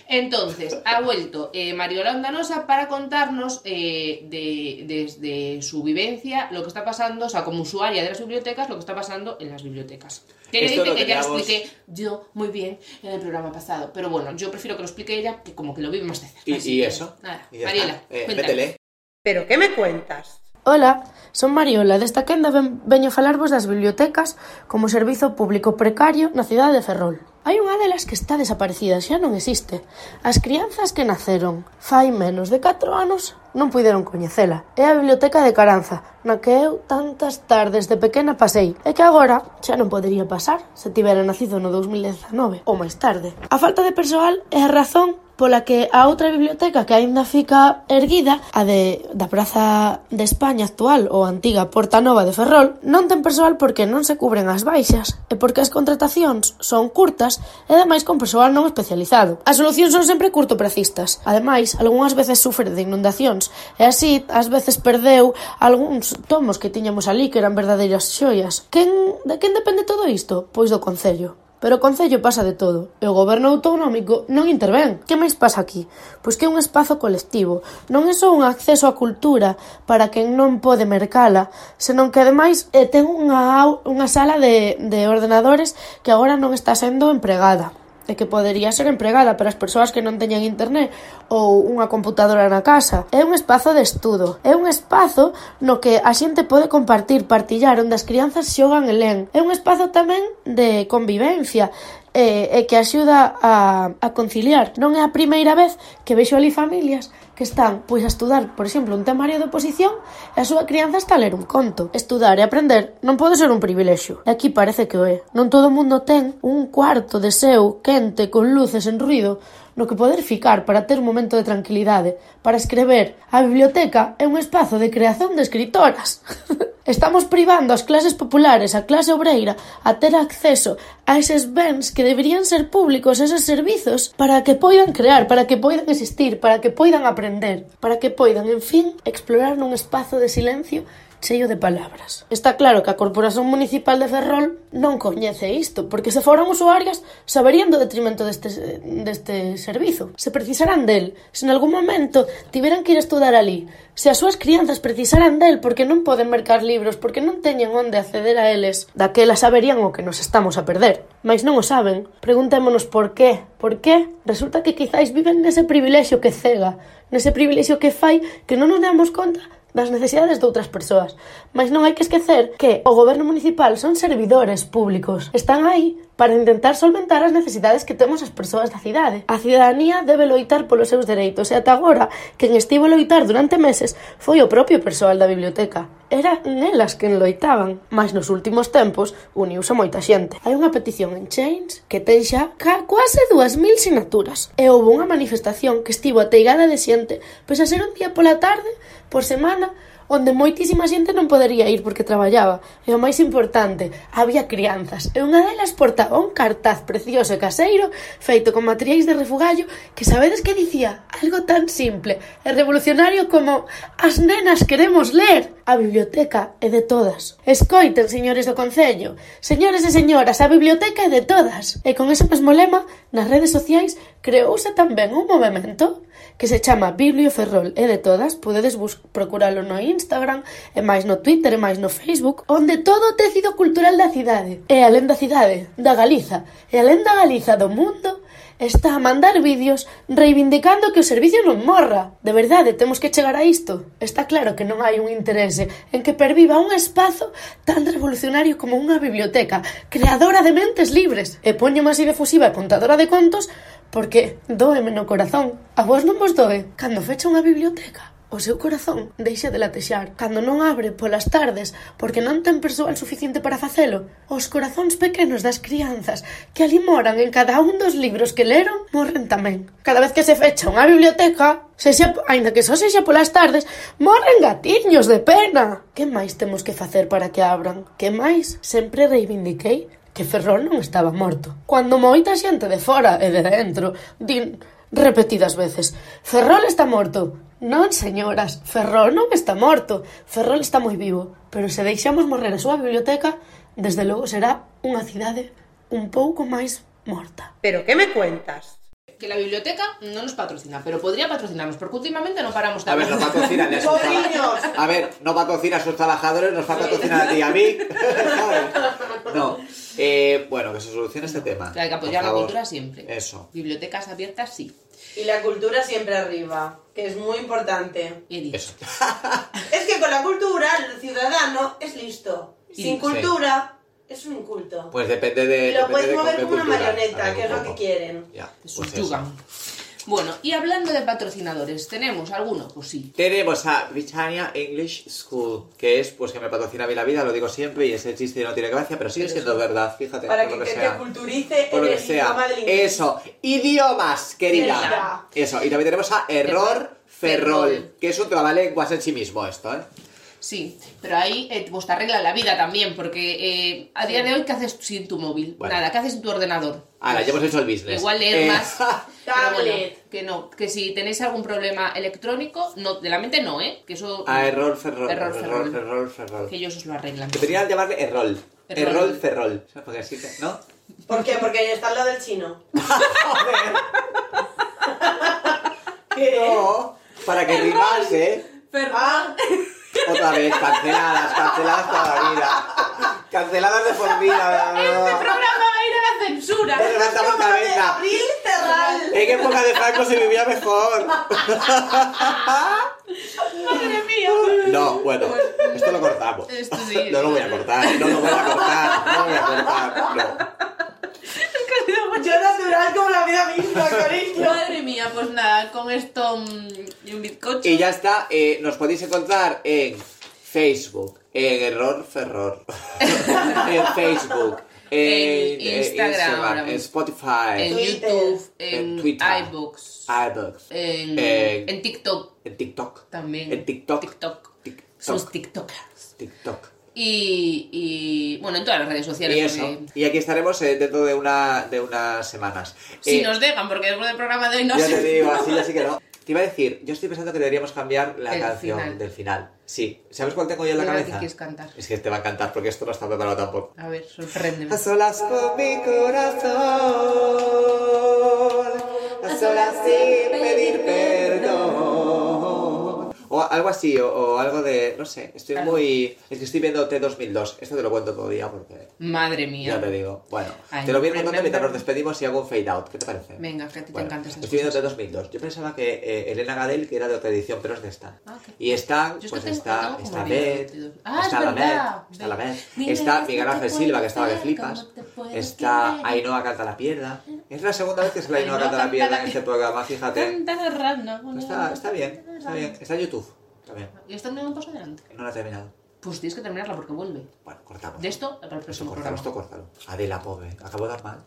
S1: Entonces, ha vuelto eh, Mariola Ondanosa para contarnos eh, de- desde su vivencia lo que está pasando, o sea, como usuaria de las bibliotecas, lo que está pasando en las bibliotecas. Que ella
S9: Esto
S1: dice
S9: lo
S1: que ya lo
S9: teníamos-
S1: expliqué yo muy bien en el programa pasado, pero bueno, yo prefiero que lo explique ella, que como que lo vive más de cerca.
S9: ¿Y,
S1: así
S9: y
S1: que,
S9: eso?
S1: Nada,
S9: Y ya
S1: Mariela,
S9: está. Eh,
S1: cuéntanos.
S9: métele.
S4: ¿Pero qué me cuentas?
S10: Ola, son Mariola, desta quenda ven, veño falarvos das bibliotecas como servizo público precario na cidade de Ferrol. Hai unha delas que está desaparecida, xa non existe. As crianzas que naceron fai menos de 4 anos non puideron coñecela. É a biblioteca de Caranza, na que eu tantas tardes de pequena pasei, e que agora xa non podería pasar se tivera nacido no 2019 ou máis tarde. A falta de persoal é a razón pola que a outra biblioteca que aínda fica erguida, a de da Praza de España actual ou a antiga Porta Nova de Ferrol, non ten persoal porque non se cubren as baixas e porque as contratacións son curtas e ademais con persoal non especializado. As solucións son sempre curtopracistas. Ademais, algunhas veces sufre de inundacións e así ás veces perdeu algúns tomos que tiñamos ali que eran verdadeiras xoias. Quen, de quen depende todo isto? Pois do Concello. Pero o Concello pasa de todo, e o goberno autonómico non intervén. Que máis pasa aquí? Pois que é un espazo colectivo, non é só un acceso á cultura para quen non pode mercala, senón que ademais eh, ten unha, au- unha sala de, de ordenadores que agora non está sendo empregada e que podería ser empregada para as persoas que non teñan internet ou unha computadora na casa. É un espazo de estudo, é un espazo no que a xente pode compartir, partillar, onde as crianzas xogan e len. É un espazo tamén de convivencia, eh, e, e que axuda a, a conciliar. Non é a primeira vez que vexo ali familias que están pois a estudar, por exemplo, un temario de oposición e a súa crianza está a ler un conto. Estudar e aprender non pode ser un privilexio. E aquí parece que o é. Non todo o mundo ten un cuarto de seu quente con luces en ruido no que poder ficar para ter un momento de tranquilidade, para escrever. A biblioteca é un espazo de creación de escritoras. Estamos privando as clases populares, a clase obreira, a ter acceso a eses bens que deberían ser públicos, eses servizos, para que poidan crear, para que poidan existir, para que poidan aprender, para que poidan, en fin, explorar nun espazo de silencio Cheo de palabras. Está claro que a Corporación Municipal de Ferrol non coñece isto, porque se foran usuarias saberían do detrimento deste, deste servizo. Se precisarán del, se en algún momento tiveran que ir a estudar ali, se as súas crianzas precisaran del porque non poden mercar libros, porque non teñen onde acceder a eles, daquela saberían o que nos estamos a perder. Mais non o saben. Preguntémonos por qué. Por qué? Resulta que quizáis viven nese privilexio que cega, nese privilexio que fai que non nos damos conta das necesidades de outras persoas. Mas non hai que esquecer que o goberno municipal son servidores públicos. Están aí para intentar solventar as necesidades que temos as persoas da cidade. A cidadanía debe loitar polos seus dereitos e ata agora quen estivo a loitar durante meses foi o propio persoal da biblioteca. Era nelas quen loitaban, mas nos últimos tempos uniuse moita xente. Hai unha petición en Chains que ten xa ca quase 2000 sinaturas e houve unha manifestación que estivo ateigada de xente pois a ser un día pola tarde, por semana, onde moitísima xente non podería ir porque traballaba. E o máis importante, había crianzas. E unha delas portaba un cartaz precioso e caseiro feito con materiais de refugallo que sabedes que dicía algo tan simple e revolucionario como As nenas queremos ler. A biblioteca é de todas. Escoiten, señores do Concello. Señores e señoras, a biblioteca é de todas. E con ese mesmo lema, nas redes sociais creouse tamén un movimento que se chama Biblio Ferrol e de todas, podedes bus- procuralo no Instagram, e máis no Twitter, e máis no Facebook, onde todo o tecido cultural da cidade, e alén da cidade, da Galiza, e alén da Galiza do mundo, está a mandar vídeos reivindicando que o servicio non morra. De verdade, temos que chegar a isto. Está claro que non hai un interese en que perviva un espazo tan revolucionario como unha biblioteca, creadora de mentes libres. E poño así de fusiva e contadora de contos porque doeme no corazón. A vos non vos doe cando fecha unha biblioteca. O seu corazón deixa de latexar cando non abre polas tardes porque non ten persoal suficiente para facelo. Os corazóns pequenos das crianzas que ali moran en cada un dos libros que leron morren tamén. Cada vez que se fecha unha biblioteca, sexa, ainda que só sexa polas tardes, morren gatiños de pena. Que máis temos que facer para que abran? Que máis? Sempre reivindiquei que Ferrol non estaba morto. Cando moita xente de fora e de dentro din repetidas veces Ferrol está morto. Non, señoras, Ferrol non está morto. Ferrol está moi vivo. Pero se deixamos morrer a súa biblioteca, desde logo será unha cidade un pouco máis morta.
S4: ¿Pero qué me cuentas?
S1: Que la biblioteca no nos patrocina, pero podría patrocinarnos, porque últimamente no paramos de
S2: A ver,
S1: hablar.
S2: no patrocinan a esos
S3: Coños.
S2: traba- A ver, no patrocina a esos trabajadores, nos va a patrocinar a ti y a mí. ¿sabes? No. Eh, bueno, que se solucione este tema.
S1: Que hay que
S2: por
S1: apoyar la
S2: favor.
S1: cultura siempre.
S2: Eso.
S1: Bibliotecas abiertas, sí.
S3: Y la cultura siempre arriba, que es muy importante.
S1: He dicho.
S2: Eso.
S3: Es que con la cultura el ciudadano es listo.
S1: Y-
S3: Sin cultura es un inculto.
S2: Pues depende de.
S3: Y lo
S2: depende
S3: puedes
S2: de con
S3: mover
S2: qué
S3: como una
S2: cultura.
S3: marioneta,
S2: Vale,
S3: que es lo
S2: poco.
S3: que quieren.
S2: Ya,
S1: Te
S2: pues eso.
S1: subyugan. Bueno, y hablando de patrocinadores, ¿tenemos alguno? Pues sí.
S2: Tenemos a Britannia English School, que es pues que me patrocina a mí la vida, lo digo siempre, y ese chiste no tiene gracia, pero sigue siendo verdad, fíjate,
S3: Para
S2: Este, por lo
S3: que,
S2: que,
S3: que te
S2: sea.
S3: culturice
S2: Por lo
S3: en
S2: que
S3: el idioma
S2: sea.
S3: del inglés.
S2: Eso, idiomas, querida.
S3: Querida.
S2: Eso, y también tenemos a Error
S1: Error
S2: Ferrol,
S1: Ferrol.
S2: que es un trabalenguas en sí mismo esto, ¿eh?
S1: Sí, pero ahí eh, pues te arregla la vida también, porque eh, a día de hoy, ¿qué haces sin tu móvil?
S2: Bueno.
S1: Nada, ¿qué haces sin tu ordenador?
S2: Ahora, ya hemos hecho el business.
S1: Igual leer
S2: Eh,
S1: más. pero bueno,
S3: Tablet.
S1: que no, que si tenéis algún problema electrónico, no, de la mente no, ¿eh? Que eso.
S2: a Error Ferrol.
S1: Error
S2: Error
S1: Ferrol.
S2: Ferrol. Ferrol.
S1: Que ellos os lo arreglan.
S2: Deberían llamarle Errol.
S1: Errol.
S2: Errol Ferrol. ¿Sabes por qué así te- ¿No?
S3: ¿Por qué? Porque está al lado del chino.
S2: ¡Joder!
S3: ¿Qué?
S2: No, para que rimase.
S3: Ah,
S2: Otra vez, canceladas, canceladas toda la vida. Canceladas de por vida. ¿verdad?
S1: Este va a ir a la censura.
S2: No levantamos
S3: como de
S2: cabeza.
S3: Abril Terral.
S2: En época de Franco se vivía mejor.
S1: Madre mía.
S2: No, bueno, esto lo cortamos.
S1: Esto sí.
S2: No lo voy a cortar, no lo voy a cortar, no lo voy a cortar. No.
S3: Yo natural como la vida misma, cariño.
S1: Madre mía, pues nada, con esto mm, y un bizcocho.
S2: Y ya está, eh, nos podéis encontrar en Facebook, en Error Ferror, en Facebook, en,
S1: En
S2: eh,
S1: Instagram.
S2: en Spotify,
S1: en
S3: Twitter,
S1: YouTube,
S2: ¿eh? en
S1: en,
S2: Twitter. Ah.
S1: iBox,
S2: iBooks,
S1: en,
S2: en-
S1: en TikTok
S2: en TikTok,
S1: también.
S2: en TikTok,
S1: TikTok. Somos
S2: TikTok,
S1: TikTokers.
S2: TikTok.
S1: Y, y, bueno, en todas las redes sociales.
S2: Y eso.
S1: porque-
S2: Y aquí estaremos eh, dentro de una de unas semanas.
S1: Si
S2: Eh,
S1: nos dejan, porque después del programa de hoy no
S2: Ya
S1: sé.
S2: te digo, así ya sí que no. Te iba a decir, yo estoy pensando que deberíamos cambiar la
S1: El
S2: canción
S1: final.
S2: del final. Sí. ¿Sabes cuál tengo yo en
S1: ¿Y
S2: la
S1: ahora qué
S2: cabeza?
S1: quieres cantar?
S2: Es que te va a encantar porque esto no está preparado tampoco.
S1: A ver, sorpréndeme.
S2: A solas con mi corazón, a solas sin pedir perdón. O algo así, o, o algo de. No sé, estoy
S1: Algo.
S2: muy. Es que estoy viendo T2002. Esto te lo cuento todo día porque.
S1: Madre
S2: Ya
S1: mía.
S2: te digo. Bueno,
S1: Ay,
S2: te lo voy a ir
S1: remember-
S2: contando mientras nos despedimos y hago un fade out. ¿Qué te parece?
S1: Venga, que a ti te
S2: Bueno,
S1: encantan esas
S2: estoy viendo
S1: cosas.
S2: de 2002. Yo pensaba que eh, Elena Gadel, que era de otra edición, pero es de esta.
S1: Ah, ok.
S2: Y están,
S1: Yo es
S2: pues
S1: que tengo-
S2: está,
S1: tengo
S2: está
S1: como vídeos
S2: Beth,
S1: de 2002. Ah,
S2: está
S1: es
S2: la Met,
S1: verdad.
S2: está la Met,
S1: Mira,
S2: está
S1: es que
S2: Miguel
S1: te
S2: Ángel
S1: puedo
S2: Silva, que estaba que
S1: ver,
S2: flipas,
S1: cómo te puedo
S2: está
S1: querer.
S2: Ainhoa Canta la Pierda. Es la segunda vez que se la Ainhoa
S1: Ainhoa
S2: Canta la
S1: Canta
S2: Pierda
S1: la
S2: en
S1: Pierda.
S2: este programa, fíjate. Pues
S1: Canta random.
S2: Está, está bien, está bien. Está en YouTube también.
S1: Y has terminado un paso adelante.
S2: No la he terminado.
S1: Pues tienes que terminarla porque vuelve.
S2: Bueno, cortamos.
S1: De esto para el
S2: Esto
S1: próximo
S2: cortalo,
S1: programa.
S2: esto cortalo. Adela, pobre, acabo de dar mal.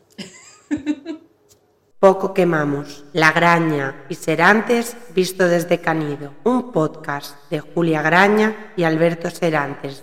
S4: Poco quemamos. La Graña y Serantes visto desde Canido. Un podcast de Julia Graña y Alberto Serantes.